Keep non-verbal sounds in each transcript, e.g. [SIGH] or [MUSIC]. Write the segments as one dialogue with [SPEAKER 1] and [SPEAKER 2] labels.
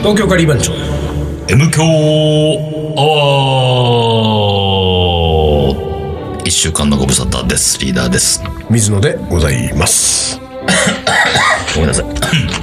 [SPEAKER 1] 東京カリー番長
[SPEAKER 2] M 強アワー一週間のご無沙汰です。リーダーです。
[SPEAKER 1] 水野でございます
[SPEAKER 2] ごめんなさい。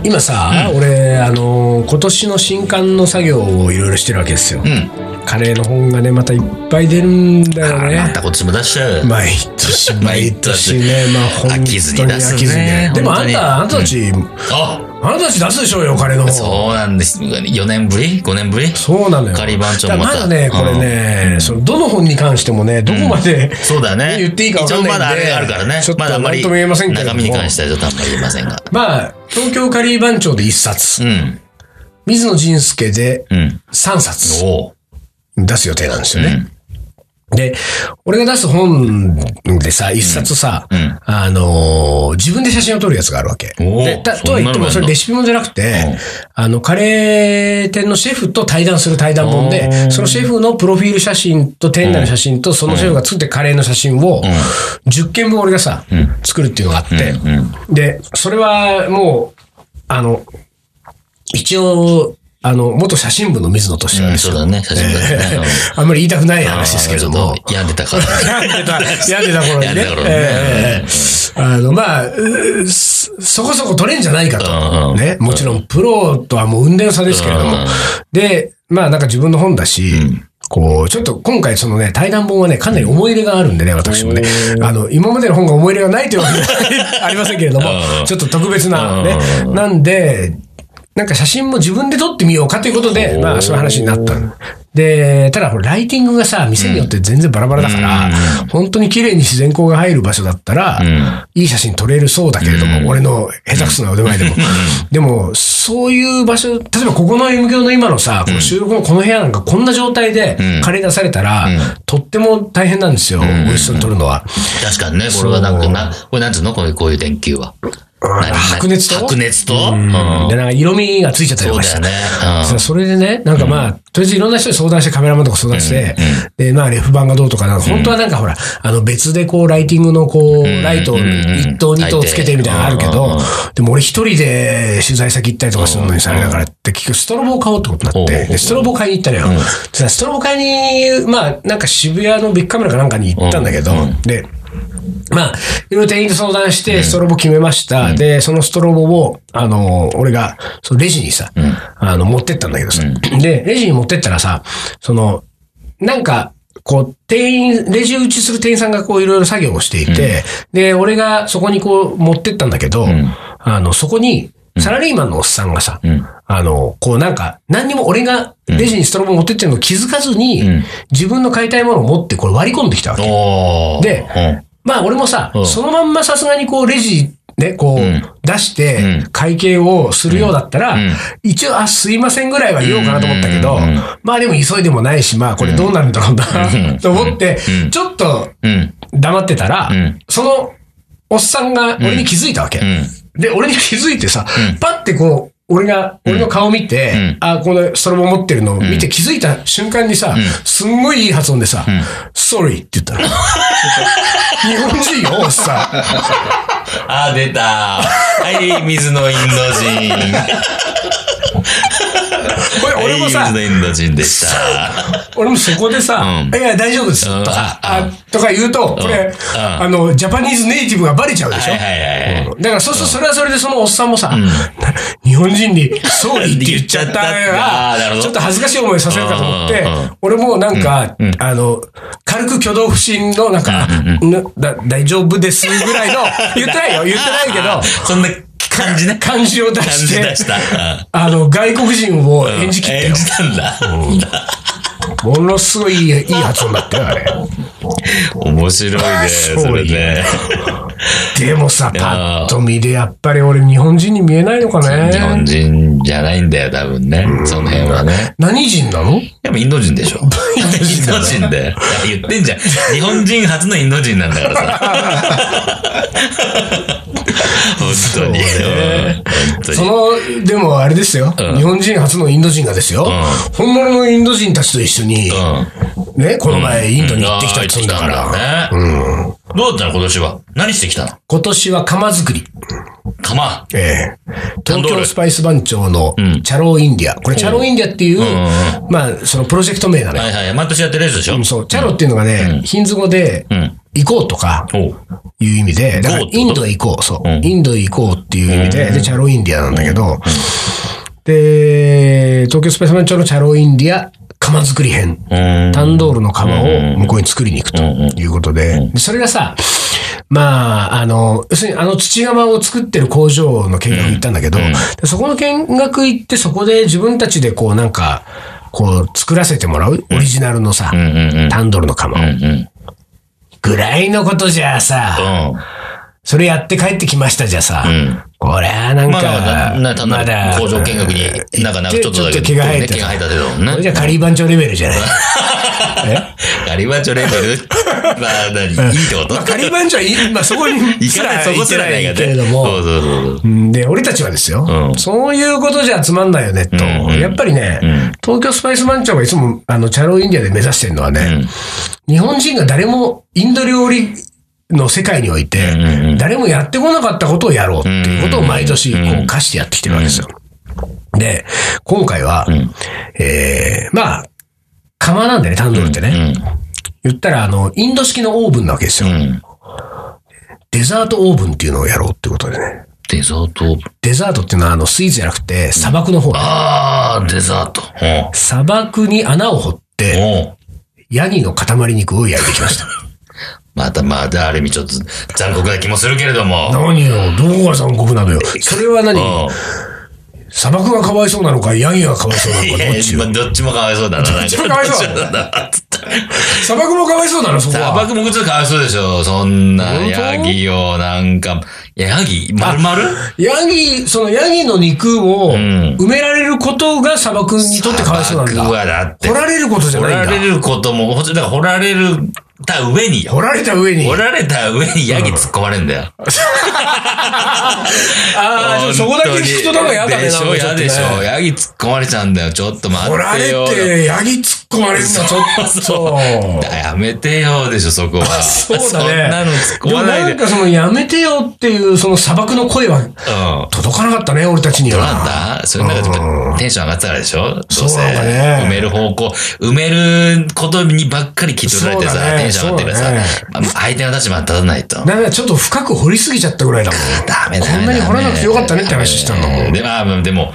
[SPEAKER 1] 今さ、俺あのー今年の新刊の作業をいろいろしてるわけですよ、
[SPEAKER 2] うん。
[SPEAKER 1] カレーの本がねまたいっぱい出るんだよ
[SPEAKER 2] ま
[SPEAKER 1] ね
[SPEAKER 2] たこっちも出しちゃう。
[SPEAKER 1] 毎
[SPEAKER 2] [LAUGHS]
[SPEAKER 1] 年毎年ねまあ本当に
[SPEAKER 2] 飽きずに出すね
[SPEAKER 1] 飽きずにでもあ
[SPEAKER 2] 本当
[SPEAKER 1] ん
[SPEAKER 2] に
[SPEAKER 1] たあんたたち、
[SPEAKER 2] あ
[SPEAKER 1] あなたたち出すでしょうよカレーの本
[SPEAKER 2] そうなんです。4年ぶり ?5 年ぶり
[SPEAKER 1] そうなのよ。
[SPEAKER 2] 仮番長
[SPEAKER 1] だ
[SPEAKER 2] も
[SPEAKER 1] か
[SPEAKER 2] ま
[SPEAKER 1] ら
[SPEAKER 2] た
[SPEAKER 1] まだね、これね、そのどの本に関してもね、どこま
[SPEAKER 2] [LAUGHS]
[SPEAKER 1] で、
[SPEAKER 2] そうだよね。
[SPEAKER 1] 言っていいか分かんないんで
[SPEAKER 2] 一応まだあれがあるからね
[SPEAKER 1] ちょっ。と
[SPEAKER 2] まだあんまり
[SPEAKER 1] なんとも言えませんけれど
[SPEAKER 2] 中
[SPEAKER 1] も
[SPEAKER 2] 身に関してはちょっとあんまり言えませんが。
[SPEAKER 1] まあ、東京カリー番長で1冊、
[SPEAKER 2] うん。
[SPEAKER 1] 水野仁介で
[SPEAKER 2] うん。
[SPEAKER 1] 3冊
[SPEAKER 2] おう。
[SPEAKER 1] 出す予定なんですよね。で、俺が出す本でさ、1冊さ、
[SPEAKER 2] ん
[SPEAKER 1] あのー自分で写真を撮るやつがあるわけ。
[SPEAKER 2] おー
[SPEAKER 1] でた
[SPEAKER 2] そん
[SPEAKER 1] とは言
[SPEAKER 2] なの
[SPEAKER 1] っても、それレシピ本じゃなくて、あの、カレー店のシェフと対談する対談本
[SPEAKER 2] お
[SPEAKER 1] で、
[SPEAKER 2] ー
[SPEAKER 1] そのシェフのプロフィール写真と店内の写真と、そのシェフが作ってカレーの写真を、10件分俺がさ、作るっていうのがあって、で、それはもう、あの、一応、あの、元写真部の水野としては
[SPEAKER 2] う
[SPEAKER 1] で
[SPEAKER 2] ん、
[SPEAKER 1] す
[SPEAKER 2] そ
[SPEAKER 1] よ
[SPEAKER 2] うだね。写真だね。うん
[SPEAKER 1] あんまり言いたくない話ですけれど
[SPEAKER 2] あ
[SPEAKER 1] も
[SPEAKER 2] ーちょっ。と病んでたから。
[SPEAKER 1] [LAUGHS] 病んでた、病んでた頃にね
[SPEAKER 2] 病んでた。頃にね
[SPEAKER 1] ええあの、まあ、うそそこそこ取れんじゃないか
[SPEAKER 2] うん
[SPEAKER 1] と。
[SPEAKER 2] うん
[SPEAKER 1] ね。もちろん、プロとはもう運転の差ですけれど
[SPEAKER 2] うんう
[SPEAKER 1] も
[SPEAKER 2] ん。
[SPEAKER 1] で、まあ、なんか自分の本だし、こう、ちょっと今回そのね、対談本はね、かなり思い入れがあるんでね、私もね。あの、今までの本が思い入れがないというわけではないありませんけれども
[SPEAKER 2] うんう、ん
[SPEAKER 1] ちょっと特別なね
[SPEAKER 2] う。
[SPEAKER 1] なんで、なんか写真も自分で撮ってみようかということで、
[SPEAKER 2] おー
[SPEAKER 1] まあそういう話になったので、ただほらライティングがさ、店によって全然バラバラだから、本当に綺麗に自然光が入る場所だったら、いい写真撮れるそうだけれども、俺の下手くそな腕前でも。でも、そういう場所、例えばここの M 響の今のさ、この収録のこの部屋なんかこんな状態で
[SPEAKER 2] うん
[SPEAKER 1] カレー出されたら、とっても大変なんですよ、美味しそうに撮るのは。
[SPEAKER 2] 確かにね、これはなんかな、これなんつうのこういう、こういう電球は。何
[SPEAKER 1] 白熱と
[SPEAKER 2] 白熱とう
[SPEAKER 1] うんんで、なんか色味がついちゃったり
[SPEAKER 2] そ
[SPEAKER 1] と
[SPEAKER 2] う
[SPEAKER 1] か
[SPEAKER 2] だ
[SPEAKER 1] し
[SPEAKER 2] よ
[SPEAKER 1] て。
[SPEAKER 2] ね。
[SPEAKER 1] さそれでね、なんかまあ、とりあえずいろんな人に相談して、カメラマンとか相談して、で、まあ、レフ板がどうとかなんか、本当はなんかほら、あの、別でこう、ライティングのこう、ライトを
[SPEAKER 2] うんうん
[SPEAKER 1] 1灯2灯つけてみたいなのあるけ
[SPEAKER 2] うんうん
[SPEAKER 1] ど
[SPEAKER 2] うん、
[SPEAKER 1] でも俺一人で取材先行ったりとかするのにさ、あれだからって、結局ストロボを買おうってことになっ
[SPEAKER 2] おうおうお
[SPEAKER 1] て、
[SPEAKER 2] う
[SPEAKER 1] でストロボ買いに行ったのよ。でさストロボ買いに、まあ、なんか渋谷のビッグカメラかなんかに行ったんだけど
[SPEAKER 2] うんうん、
[SPEAKER 1] で、まあ、いろいろ店員と相談して、ストロボ決めました。で、そのストロボを、あの、俺が、そのレジにさ、あの、持ってったんだけどさ、で、レジに持ってったらさ、その、なんか、こう、店員、レジ打ちする店員さんがこう、いろいろ作業をしていて、で、俺がそこにこう、持ってったんだけど、あの、そこに、サラリーマンのおっさんがさ、あの、こうなんか、何にも俺がレジにストロボ持ってってるの気づかずに、自分の買いたいものを持ってこれ割り込んできたわけ
[SPEAKER 2] うん。おー
[SPEAKER 1] でまあ俺もさ、
[SPEAKER 2] ん
[SPEAKER 1] そのまんまさすがにこうレジね、こう、出して
[SPEAKER 2] う、ん
[SPEAKER 1] 会計をするようだったら、
[SPEAKER 2] うん
[SPEAKER 1] 一応、あ、すいませんぐらいは言おうかなと思ったけど、
[SPEAKER 2] うんうん
[SPEAKER 1] まあでも急いでもないし、まあこれどうなるんだろうな、
[SPEAKER 2] うん
[SPEAKER 1] と思って、
[SPEAKER 2] うん
[SPEAKER 1] ちょっと
[SPEAKER 2] うん。うん。
[SPEAKER 1] 黙ってたら、
[SPEAKER 2] ん
[SPEAKER 1] そのおっさんが俺に気づいたわけ。で、俺に気づいてさ、パッてこう、俺が、俺の顔見て、
[SPEAKER 2] うん
[SPEAKER 1] あ、このストロボ持ってるのを見て気づいた瞬間にさ、すんごいいい発音でさ、sorry って言
[SPEAKER 2] [LAUGHS]
[SPEAKER 1] ったの。日本人よ、おっさ
[SPEAKER 2] あー、出た。はい、水のインド人。
[SPEAKER 1] ん。これ俺も
[SPEAKER 2] は
[SPEAKER 1] さ
[SPEAKER 2] い、水のインド人でした。
[SPEAKER 1] 俺もそこでさ、
[SPEAKER 2] うん
[SPEAKER 1] いや、大丈夫です、とか、
[SPEAKER 2] うん
[SPEAKER 1] あ、とか言うと、これ、
[SPEAKER 2] うん
[SPEAKER 1] あの、ジャパニーズネイティブがバレちゃうでしょ
[SPEAKER 2] はいはいはい。
[SPEAKER 1] だからそうするとそれはそれでそのおっさんもさ、日本人に「総理」って言っちゃった
[SPEAKER 2] [LAUGHS] あー
[SPEAKER 1] ら
[SPEAKER 2] なるほど
[SPEAKER 1] ちょっと恥ずかしい思いさせるかと思って
[SPEAKER 2] うんうんうん
[SPEAKER 1] 俺もなんか、あの軽く挙動不審のなんか、なだ大丈夫です」ぐらいの [LAUGHS] 言ってないよ言ってないけ
[SPEAKER 2] あー
[SPEAKER 1] ど
[SPEAKER 2] そんな感じね。
[SPEAKER 1] 感じを出
[SPEAKER 2] 感
[SPEAKER 1] し
[SPEAKER 2] じ
[SPEAKER 1] て
[SPEAKER 2] 出した。うん
[SPEAKER 1] あの外国人を演じきった
[SPEAKER 2] 演
[SPEAKER 1] よ、
[SPEAKER 2] じたんだ。
[SPEAKER 1] ものすごいいいいい発音だったよ
[SPEAKER 2] [LAUGHS]
[SPEAKER 1] あれ
[SPEAKER 2] 面白いね、それね。
[SPEAKER 1] でもさパッと見でやっぱり俺日本人に見えないのか
[SPEAKER 2] 日本
[SPEAKER 1] ね
[SPEAKER 2] 人じゃないんだよ、多分ね。その辺はね。
[SPEAKER 1] 何人なの
[SPEAKER 2] でもインド人でしょ。インド人だよ。言ってんじゃん。日本人初のインド人なんだからさ。本当に。
[SPEAKER 1] そうね
[SPEAKER 2] 本当
[SPEAKER 1] そ
[SPEAKER 2] に。
[SPEAKER 1] の、でもあれですよ、
[SPEAKER 2] うん
[SPEAKER 1] 日本人初のインド人がですよ、
[SPEAKER 2] ん
[SPEAKER 1] 本物のインド人たちと一緒に、ね、この前インドに行ってきたっつうんだから、
[SPEAKER 2] うんあー行ってきたんだね。どうだったの今年は。何してきたの
[SPEAKER 1] 今年は釜作り。
[SPEAKER 2] 釜。
[SPEAKER 1] ええ
[SPEAKER 2] タン
[SPEAKER 1] 東
[SPEAKER 2] ドール
[SPEAKER 1] 京スパイス番長の
[SPEAKER 2] ん
[SPEAKER 1] チャローインディア。これチャローインディアっていう、
[SPEAKER 2] ん
[SPEAKER 1] まあ、そのプロジェクト名なのよ。
[SPEAKER 2] はいはい。毎年やってるやつでしょ
[SPEAKER 1] そう、チャロっていうのがね、ヒンズ語で
[SPEAKER 2] う、ん。
[SPEAKER 1] 行こうとか、
[SPEAKER 2] おう
[SPEAKER 1] いう意味で、だから
[SPEAKER 2] ゴーってこと
[SPEAKER 1] インドへ行こう、そう。
[SPEAKER 2] うん
[SPEAKER 1] インドへ行こうっていう意味で、で、チャロインディアなんだけど、で、東京スペースマン町のチャロインディア、釜作り編。
[SPEAKER 2] うん。
[SPEAKER 1] タンドールの釜を向こうに作りに行くということで、でそれがさ、まあ、あの、要するにあの土窯を作ってる工場の見学行ったんだけど、でそこの見学行ってそこで自分たちでこうなんか、こう作らせてもらうオリジナルのさ、
[SPEAKER 2] うんうんうん。
[SPEAKER 1] タンドールの釜を
[SPEAKER 2] うんうん。
[SPEAKER 1] ぐらいのことじゃあさ、
[SPEAKER 2] うん。
[SPEAKER 1] それやって帰ってきましたじゃさ、
[SPEAKER 2] ん
[SPEAKER 1] これはなん
[SPEAKER 2] ま
[SPEAKER 1] か、
[SPEAKER 2] あ、な、た
[SPEAKER 1] まだ
[SPEAKER 2] だ、工場見学に、なんか、なんかちょっとだけ、
[SPEAKER 1] ちょっと毛が生えて
[SPEAKER 2] ね毛が生えたけど、
[SPEAKER 1] これじ
[SPEAKER 2] ね。
[SPEAKER 1] ゃカリー番長レベル
[SPEAKER 2] [LAUGHS]
[SPEAKER 1] じゃない。
[SPEAKER 2] ガリバチョレベル [LAUGHS] まあ、何いいってこと
[SPEAKER 1] カリー番長はいい、まあそこに
[SPEAKER 2] いかない、そこすらないが
[SPEAKER 1] 行
[SPEAKER 2] ね。
[SPEAKER 1] けれど
[SPEAKER 2] そ
[SPEAKER 1] も
[SPEAKER 2] う、そうそう。
[SPEAKER 1] うんで、俺たちはですよ、
[SPEAKER 2] うん
[SPEAKER 1] そういうことじゃつまんないよね、と。
[SPEAKER 2] うんうん
[SPEAKER 1] やっぱりね、
[SPEAKER 2] ん
[SPEAKER 1] 東京スパイスマンチョがいつも、あの、チャロインディアで目指してるのはね、日本人が誰もインド料理の世界において、
[SPEAKER 2] うんうんうん
[SPEAKER 1] 誰もやってこなかったことをやろうっていうことを毎年、こう、課してやってきてるわけですよ。で、今回は、えー、まあ、釜なんでね、タンドルってね。言ったら、あの、インド式のオーブンなわけですよ。
[SPEAKER 2] うん。うん。
[SPEAKER 1] デザートオーブンっていうのをやろうってことでね。
[SPEAKER 2] デザート。
[SPEAKER 1] デザートっていうのは、あの、スイーツじゃなくて、砂漠の方、
[SPEAKER 2] ああ、デザート。
[SPEAKER 1] 砂漠に穴を掘って、
[SPEAKER 2] おお。
[SPEAKER 1] ヤギの塊肉を焼いてきま
[SPEAKER 2] [LAUGHS]
[SPEAKER 1] した。
[SPEAKER 2] またまた、ある意味ちょっと残酷な気もするけれども。
[SPEAKER 1] 何よ、どこが残酷なのよ。 [LAUGHS] それは何
[SPEAKER 2] うん
[SPEAKER 1] 砂漠がかわいそうなのか、ヤギがかわいそうなの
[SPEAKER 2] い
[SPEAKER 1] か、ど
[SPEAKER 2] や
[SPEAKER 1] っちよ
[SPEAKER 2] まあどっちもかわいそうだな。どっ
[SPEAKER 1] ちもかわいそう
[SPEAKER 2] [LAUGHS]
[SPEAKER 1] だ
[SPEAKER 2] な。
[SPEAKER 1] 砂漠もかわいそうなの、そこ
[SPEAKER 2] 砂
[SPEAKER 1] は。
[SPEAKER 2] 漠もちょっとかわいそうでしょ。そんな、
[SPEAKER 1] 本当
[SPEAKER 2] ヤギを、なんか、いやヤギ丸々
[SPEAKER 1] ヤギ、そのヤギの肉を
[SPEAKER 2] ん
[SPEAKER 1] 埋められることが砂漠にとってかわいそうなん
[SPEAKER 2] 砂漠
[SPEAKER 1] だ。
[SPEAKER 2] はだって
[SPEAKER 1] 掘。られることじゃ
[SPEAKER 2] 掘
[SPEAKER 1] ない
[SPEAKER 2] ら
[SPEAKER 1] んだ。
[SPEAKER 2] れることも、ほんとだから掘られるた上によ。
[SPEAKER 1] 掘られた上に
[SPEAKER 2] 掘。られた上にヤギ突っ込まれんだよ。
[SPEAKER 1] ああ、でもそこだけ聞くとなんかやだね、
[SPEAKER 2] で
[SPEAKER 1] な
[SPEAKER 2] し
[SPEAKER 1] ん
[SPEAKER 2] ょ、
[SPEAKER 1] かちょ
[SPEAKER 2] や
[SPEAKER 1] っとね
[SPEAKER 2] でしょ。ヤギ突っ込まれちゃうんだよ。ちょっと待
[SPEAKER 1] 掘ら
[SPEAKER 2] ってよ。
[SPEAKER 1] れて、ヤギ突っ込まれるんだ、ちょっと。そう。
[SPEAKER 2] だやめてよでしょ、そこは。
[SPEAKER 1] そうだね
[SPEAKER 2] んなの突っ込まない
[SPEAKER 1] でも
[SPEAKER 2] で。
[SPEAKER 1] んかそのやめてよっていうその砂漠の声は
[SPEAKER 2] うん。
[SPEAKER 1] 届かなかったね、俺たちに
[SPEAKER 2] どうなん
[SPEAKER 1] は。
[SPEAKER 2] だそれなんかちょっとテンション上がってたからでしょどうせ。
[SPEAKER 1] そうなんかね
[SPEAKER 2] 埋める方向、埋めることにばっかり気取られて
[SPEAKER 1] そう
[SPEAKER 2] さ、
[SPEAKER 1] だね
[SPEAKER 2] テンション上がってるから
[SPEAKER 1] そう
[SPEAKER 2] さ
[SPEAKER 1] だね、
[SPEAKER 2] まあ相手の立場に立たないと。
[SPEAKER 1] だからちょっと深く掘りすぎちゃったぐらいだもん。
[SPEAKER 2] ダメだ
[SPEAKER 1] こんなに掘らなくてよかったねって話したんだもん
[SPEAKER 2] で、まあまあ、でも、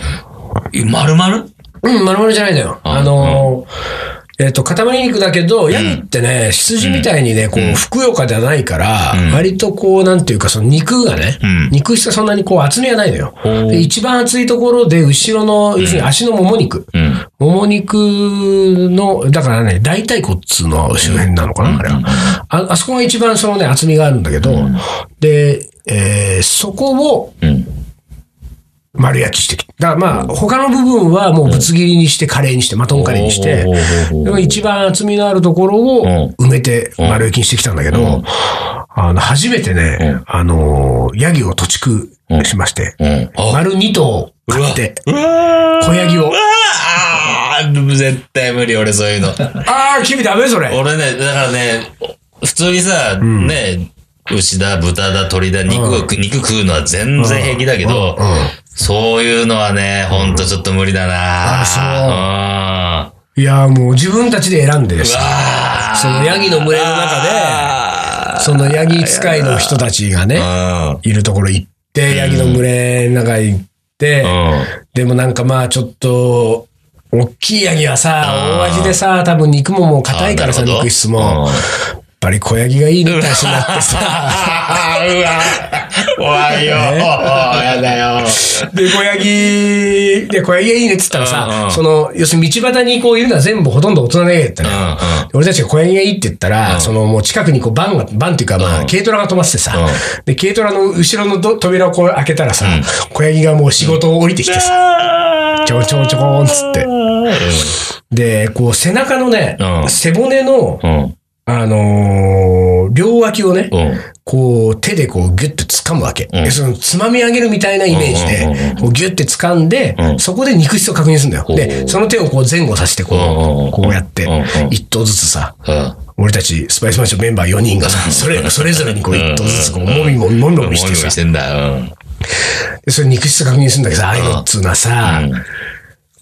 [SPEAKER 2] まるまる
[SPEAKER 1] うん、丸々じゃないんだよ。あのー、えっと、塊肉だけど、ヤギってね、羊みたいにね、こう、ふくよかではないから、割とこう、なんていうか、その肉がね
[SPEAKER 2] ん、
[SPEAKER 1] 肉質がそんなにこう、厚みはないのよ。
[SPEAKER 2] う
[SPEAKER 1] で一番厚いところで、後ろの、要するに足のもも肉。
[SPEAKER 2] うん。
[SPEAKER 1] もも肉の、だからね、大腿骨の周辺なのかな、あれは。ああそこが一番そのね、厚みがあるんだけど、で、えーそこを
[SPEAKER 2] うん。
[SPEAKER 1] 丸焼きしてきだからまあ、他の部分はもうぶつ切りにして、カレーにして、マトンカレーにして
[SPEAKER 2] おーおーおーお、ー
[SPEAKER 1] でも一番厚みのあるところを埋めて丸焼きにしてきたんだけど、あの、初めてね、あのー、ヤギを土畜しまして、
[SPEAKER 2] うん。あ
[SPEAKER 1] 丸2頭買って、
[SPEAKER 2] うわ
[SPEAKER 1] 小ヤギを
[SPEAKER 2] うわ。あー絶対無理、俺そう
[SPEAKER 1] [LAUGHS]
[SPEAKER 2] いうの。
[SPEAKER 1] あー、君ダメそれ。
[SPEAKER 2] 俺ね、だからね、普通にさ、ね、牛だ、豚だ、鳥だ、肉を、肉食うのは全然平気だけど、
[SPEAKER 1] うんうん
[SPEAKER 2] そういうのはね、ほんとちょっと無理だな
[SPEAKER 1] あ
[SPEAKER 2] あ、
[SPEAKER 1] いやーもう自分たちで選んで
[SPEAKER 2] そう。う
[SPEAKER 1] さ、
[SPEAKER 2] わ
[SPEAKER 1] そのヤギの群れの中で、そのヤギ使いの人たちがね、
[SPEAKER 2] で、
[SPEAKER 1] いるところ行って、ヤギの群れの中行って、
[SPEAKER 2] うん。
[SPEAKER 1] でもなんかまあちょっと、大きいヤギはさ、
[SPEAKER 2] あー
[SPEAKER 1] 大味でさ、多分肉ももう硬いからさ、
[SPEAKER 2] あーなるほど
[SPEAKER 1] 肉質も。 [LAUGHS] やっぱり小ヤギがいいみたいになってさ、
[SPEAKER 2] あーうわ怖いよ、
[SPEAKER 1] ね
[SPEAKER 2] やだよ。
[SPEAKER 1] [LAUGHS] で、小ヤギ、で、小ヤギがいいねって言ったら
[SPEAKER 2] う
[SPEAKER 1] さ、
[SPEAKER 2] んうん
[SPEAKER 1] その、要するに道端にこういるのは全部ほとんど大人のヤギだったのよ。で俺たちが小ヤギがいいって言ったら、そのもう近くにこうバンが、バンっていうかまあ、
[SPEAKER 2] うん
[SPEAKER 1] 軽トラが飛ばしてさ、
[SPEAKER 2] う
[SPEAKER 1] で、軽トラの後ろのど扉をこう開けたらさ、小ヤギがもう仕事を降りてきてさ、ちょこちょこちょこーんっつって。で、こう背中のね、
[SPEAKER 2] うん
[SPEAKER 1] 背骨の、
[SPEAKER 2] うん。うん。
[SPEAKER 1] あのー両脇をね、
[SPEAKER 2] うん。
[SPEAKER 1] こう手でこうギュッと掴むわけ。
[SPEAKER 2] うん
[SPEAKER 1] でそのつまみ上げるみたいなイメージ
[SPEAKER 2] うんうんうんう
[SPEAKER 1] で、こうギュッて掴んで、
[SPEAKER 2] うん
[SPEAKER 1] そこで肉質を確認するんだよ。
[SPEAKER 2] おう
[SPEAKER 1] で、その手をこう前後させてこう、
[SPEAKER 2] うんうんうん
[SPEAKER 1] こうやって
[SPEAKER 2] うんうん、
[SPEAKER 1] 一頭ずつさ、
[SPEAKER 2] うん。
[SPEAKER 1] 俺たちスパイスマッチのメンバー4人がさ、それそれぞれにこう一頭ずつこう、もみもみもみもみして
[SPEAKER 2] もみもみ
[SPEAKER 1] さ
[SPEAKER 2] し、てんだ。うん。
[SPEAKER 1] でそれ肉質確認するんだけどさ、ああいうのっつうのはさ、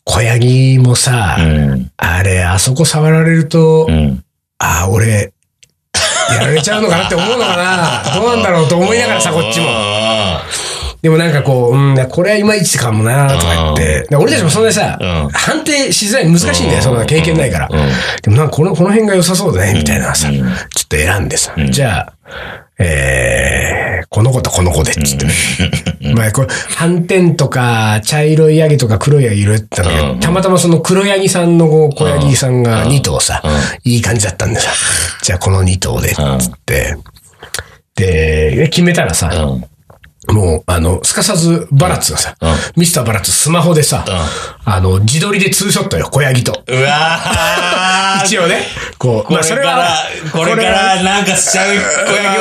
[SPEAKER 1] 小ヤギもさ、
[SPEAKER 2] うん。
[SPEAKER 1] あれ、あそこ触られると、
[SPEAKER 2] うん。
[SPEAKER 1] ああ、俺、やられちゃうのかなって思うのか [LAUGHS] などうなんだろうと思いながらさ、こっちも。
[SPEAKER 2] も。
[SPEAKER 1] でもなんかこう、うん、これはいまいちかもなとか言って。で俺たちもそんなにさ、
[SPEAKER 2] うん
[SPEAKER 1] 判定しづらい、難しいんだよ、そんな経験ないから。
[SPEAKER 2] うん
[SPEAKER 1] でもなんかこの、この辺が良さそうだね、みたいなさ、
[SPEAKER 2] うん
[SPEAKER 1] ちょっと選んでさ、じゃあ、えー、この子とこの子で、つってね。まあこれ、斑点とか、茶色いヤギとか黒いヤギいるって言ったんだけど
[SPEAKER 2] うん
[SPEAKER 1] たまたまその黒ヤギさんのこう小ヤギさんが
[SPEAKER 2] うん
[SPEAKER 1] 2頭さ、いい感じだったんでさ、じゃあこの2頭で、つって。で、決めたらさ、
[SPEAKER 2] うん。うん。
[SPEAKER 1] もう、あの、すかさずバラッツがさ、
[SPEAKER 2] うん
[SPEAKER 1] ミスターバラッツスマホでさ、あの、自撮りでツーショットよ、小ヤギと。
[SPEAKER 2] うわー
[SPEAKER 1] 一応ね、こう、
[SPEAKER 2] これから、これか、らなんかしちゃう小野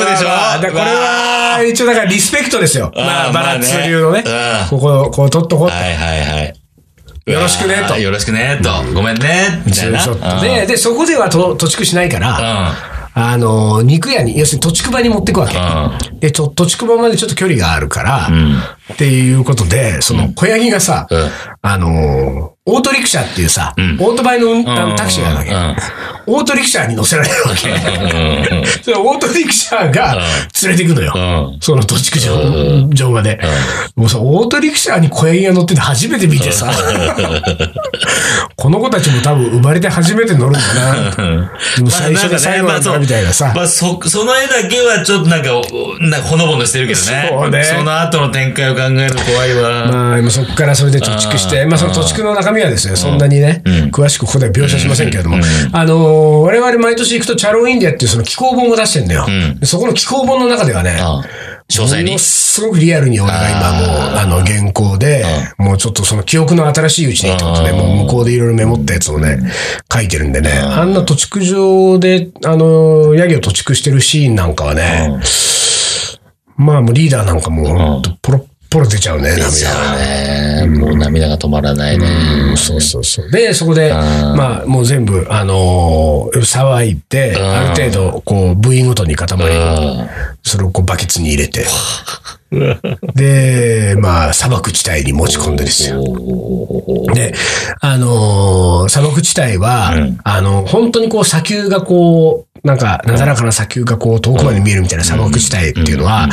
[SPEAKER 2] 球でしょ
[SPEAKER 1] まあまあだこれは、一応だからリスペクトですよ。まあ、バラッツ流のね
[SPEAKER 2] まあね、
[SPEAKER 1] ここ、こう取っとこう
[SPEAKER 2] うわーはいはいはい。
[SPEAKER 1] よろしくね
[SPEAKER 2] うわー
[SPEAKER 1] と
[SPEAKER 2] よろしくねと。ごめんね。みた
[SPEAKER 1] ツ
[SPEAKER 2] い
[SPEAKER 1] ー
[SPEAKER 2] な。
[SPEAKER 1] ショット
[SPEAKER 2] うん
[SPEAKER 1] で、で、そこではと、土畜しないから、あの、肉屋に、要するに土畜場に持ってくわけ。で、ちょ、土畜場までちょっと距離があるから、っていうことで、その、小ヤギがさ、
[SPEAKER 2] うん
[SPEAKER 1] あの、オートリクシャーっていうさ、オートバイの運
[SPEAKER 2] うん。うん。
[SPEAKER 1] タクシーがあるわけ。オートリクシャーに乗せられるわけ。
[SPEAKER 2] うん。うん
[SPEAKER 1] [LAUGHS] それオートリクシャーが連れてくのよ。
[SPEAKER 2] うん
[SPEAKER 1] その土地区上上まで。もうさ、オートリクシャーに小ヤギが乗ってて初めて見てさ、この子たちも多分生まれて初めて乗るんだな。でも最初で最後なんだなみたいなさ
[SPEAKER 2] ま。あ、そ、その絵だけはちょっとなんか、おなんかほのぼのしてるけどね。
[SPEAKER 1] そうね
[SPEAKER 2] その後の展開を考えると怖いわ。
[SPEAKER 1] まあ、今そこからそれで貯蓄して、まあその貯蓄の中身はですね、そんなにね、詳しくここでは描写しませんけれども、あのー、我々毎年行くとチャローインディアっていうその気候本を出してんだよ。でそこの気候本の中ではね、
[SPEAKER 2] うん詳細
[SPEAKER 1] も
[SPEAKER 2] に
[SPEAKER 1] の。すごくリアルに俺が今もう、あの、原稿で、もうちょっとその記憶の新しいうちにってことで、
[SPEAKER 2] あー
[SPEAKER 1] もう向こうでいろいろメモったやつをね、書いてるんでね、あんな土地区上で、あの、ヤギを土地区してるシーンなんかはね、まあもうリーダーなんかもうほんとポロッポロ出ちゃうね、涙が。
[SPEAKER 2] ね。もう涙が止まらないね。
[SPEAKER 1] そうそうそう。で、そこで、まあ、もう全部、あのー騒いで、
[SPEAKER 2] ん
[SPEAKER 1] ある程度、こう、部位ごとに塊を、それをこう、バケツに入れて、で、まあ、砂漠地帯に持ち込んでですよ。で、あのー砂漠地帯は、あの、本当にこう、砂丘がこう、なんか、なだらかな砂丘がこう、遠くまで見えるみたいな砂漠地帯っていうのは、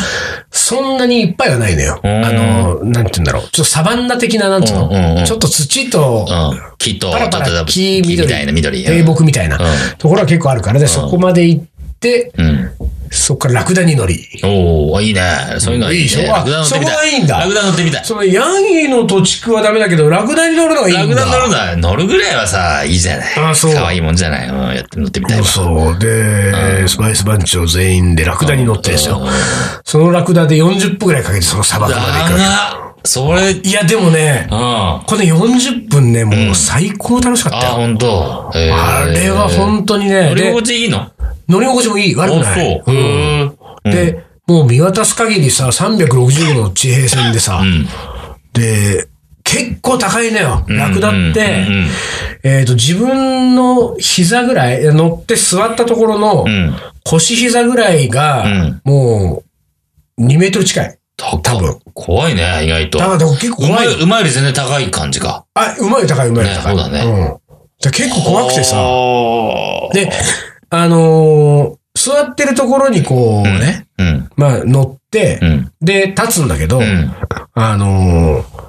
[SPEAKER 1] そんなにいっぱいはないのよ。あ
[SPEAKER 2] ん
[SPEAKER 1] のーなんて言うんだろう。ちょっとサバンナ的な、なんつうの、
[SPEAKER 2] うんうんうん
[SPEAKER 1] ちょっと土と、
[SPEAKER 2] うん。木と、
[SPEAKER 1] パラパ
[SPEAKER 2] ちょ
[SPEAKER 1] ラ
[SPEAKER 2] っと
[SPEAKER 1] 木、
[SPEAKER 2] 木
[SPEAKER 1] 緑、
[SPEAKER 2] みたいな緑。
[SPEAKER 1] 低木みたいな、
[SPEAKER 2] ん
[SPEAKER 1] ところは結構あるから、で、そこまで行って、
[SPEAKER 2] うん。
[SPEAKER 1] そこからラクダに乗り。
[SPEAKER 2] おー、いいね。そういうのがいいね。
[SPEAKER 1] いいでしょあ
[SPEAKER 2] ラクダ乗ってみた
[SPEAKER 1] そこがいいんだ
[SPEAKER 2] ラクダ乗ってみたい。
[SPEAKER 1] そのヤギの土地区はダメだけど、ラクダに乗るのがいいんだ。
[SPEAKER 2] ラクダ乗るのは乗るぐらいはさ、いいじゃない。
[SPEAKER 1] あそう
[SPEAKER 2] 可愛いもんじゃない。うん、やって乗ってみたいわ。
[SPEAKER 1] そう。で、スパイス番長全員でラクダに乗ってですよ。そのラクダで40分くらいかけてその砂漠まで行くわ
[SPEAKER 2] 長っそれ、うん。
[SPEAKER 1] け。いや、でもね、
[SPEAKER 2] あ、
[SPEAKER 1] この40分ね、もう最高楽しかったよ。
[SPEAKER 2] ほんと。へー
[SPEAKER 1] あれは本当にね、
[SPEAKER 2] 乗り
[SPEAKER 1] で
[SPEAKER 2] 心地いいのあ、
[SPEAKER 1] 乗り心地もいい、悪
[SPEAKER 2] そ
[SPEAKER 1] くない。
[SPEAKER 2] う。へー
[SPEAKER 1] で、もう見渡す限りさ、360度の地平線でさ、で、結構高いのよ。ラクダって
[SPEAKER 2] うんうんうん、
[SPEAKER 1] えっと、自分の膝ぐらい、乗って座ったところの
[SPEAKER 2] ん
[SPEAKER 1] 腰膝ぐらいが
[SPEAKER 2] ん、
[SPEAKER 1] もう、2メートル近い。
[SPEAKER 2] 高っ
[SPEAKER 1] 多分。
[SPEAKER 2] 怖いね、意外と。
[SPEAKER 1] だから結構怖い。
[SPEAKER 2] うまいより全然高い感じか。
[SPEAKER 1] あ、うまいよ高いうまいよ
[SPEAKER 2] ね
[SPEAKER 1] 高い。
[SPEAKER 2] そうだね
[SPEAKER 1] うん。だから結構怖くてさ、
[SPEAKER 2] おー
[SPEAKER 1] で、あのー、座ってるところにこうね、
[SPEAKER 2] うん、
[SPEAKER 1] まあ乗って
[SPEAKER 2] う、ん、
[SPEAKER 1] で、立つんだけど、
[SPEAKER 2] うん。
[SPEAKER 1] あのー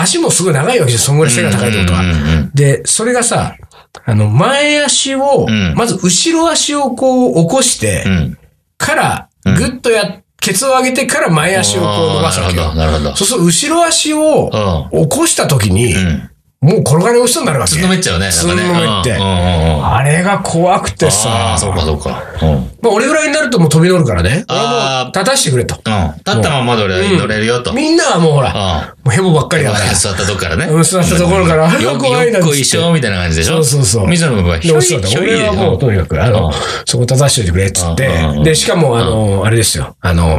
[SPEAKER 1] 足もすごい長いわけじゃん、そんぐらい背が高いってことは。
[SPEAKER 2] うんうん
[SPEAKER 1] で、それがさ、あの、前足を、
[SPEAKER 2] うん
[SPEAKER 1] まず後ろ足をこう起こして、
[SPEAKER 2] うんうん。
[SPEAKER 1] から、ぐっとや、ケツを上げてから前足をこう伸ばすわけ
[SPEAKER 2] あー
[SPEAKER 1] よ。
[SPEAKER 2] なるほど、なるほ
[SPEAKER 1] そうすると後ろ足を
[SPEAKER 2] ど。
[SPEAKER 1] 起こした時に、
[SPEAKER 2] うん。うん。
[SPEAKER 1] もう転がり落ちそうになるわけ。
[SPEAKER 2] すんのめっちゃうね。
[SPEAKER 1] すんのめって
[SPEAKER 2] なんかねうんうんうん。
[SPEAKER 1] あれが怖くて
[SPEAKER 2] あ
[SPEAKER 1] さ
[SPEAKER 2] あ、、そうかそうか。うん。うん。
[SPEAKER 1] まあ、俺ぐらいになるともう飛び乗るからね。俺は
[SPEAKER 2] あー
[SPEAKER 1] もう立たしてくれと。
[SPEAKER 2] 立ったまま乗れ乗れるよと。うん。
[SPEAKER 1] みんなはもうほら、もうヘボばっかりだから。
[SPEAKER 2] 座ったとこからね。
[SPEAKER 1] うん座ったところから
[SPEAKER 2] うんよく
[SPEAKER 1] [LAUGHS] 怖いな
[SPEAKER 2] よ
[SPEAKER 1] っつって
[SPEAKER 2] く一緒みたいな感じでし
[SPEAKER 1] そ
[SPEAKER 2] ょ
[SPEAKER 1] うそうそう
[SPEAKER 2] 水野のがひ
[SPEAKER 1] で、
[SPEAKER 2] ょ
[SPEAKER 1] おっ
[SPEAKER 2] いひ
[SPEAKER 1] しゃ
[SPEAKER 2] ょ
[SPEAKER 1] っ
[SPEAKER 2] い
[SPEAKER 1] た。
[SPEAKER 2] で
[SPEAKER 1] 俺はもう、とにかく、あ
[SPEAKER 2] う
[SPEAKER 1] の
[SPEAKER 2] ん、
[SPEAKER 1] そこ立たしておいてくれ、っつって
[SPEAKER 2] うんうんう。ん
[SPEAKER 1] で、しかも、あの、あれですよ。あの、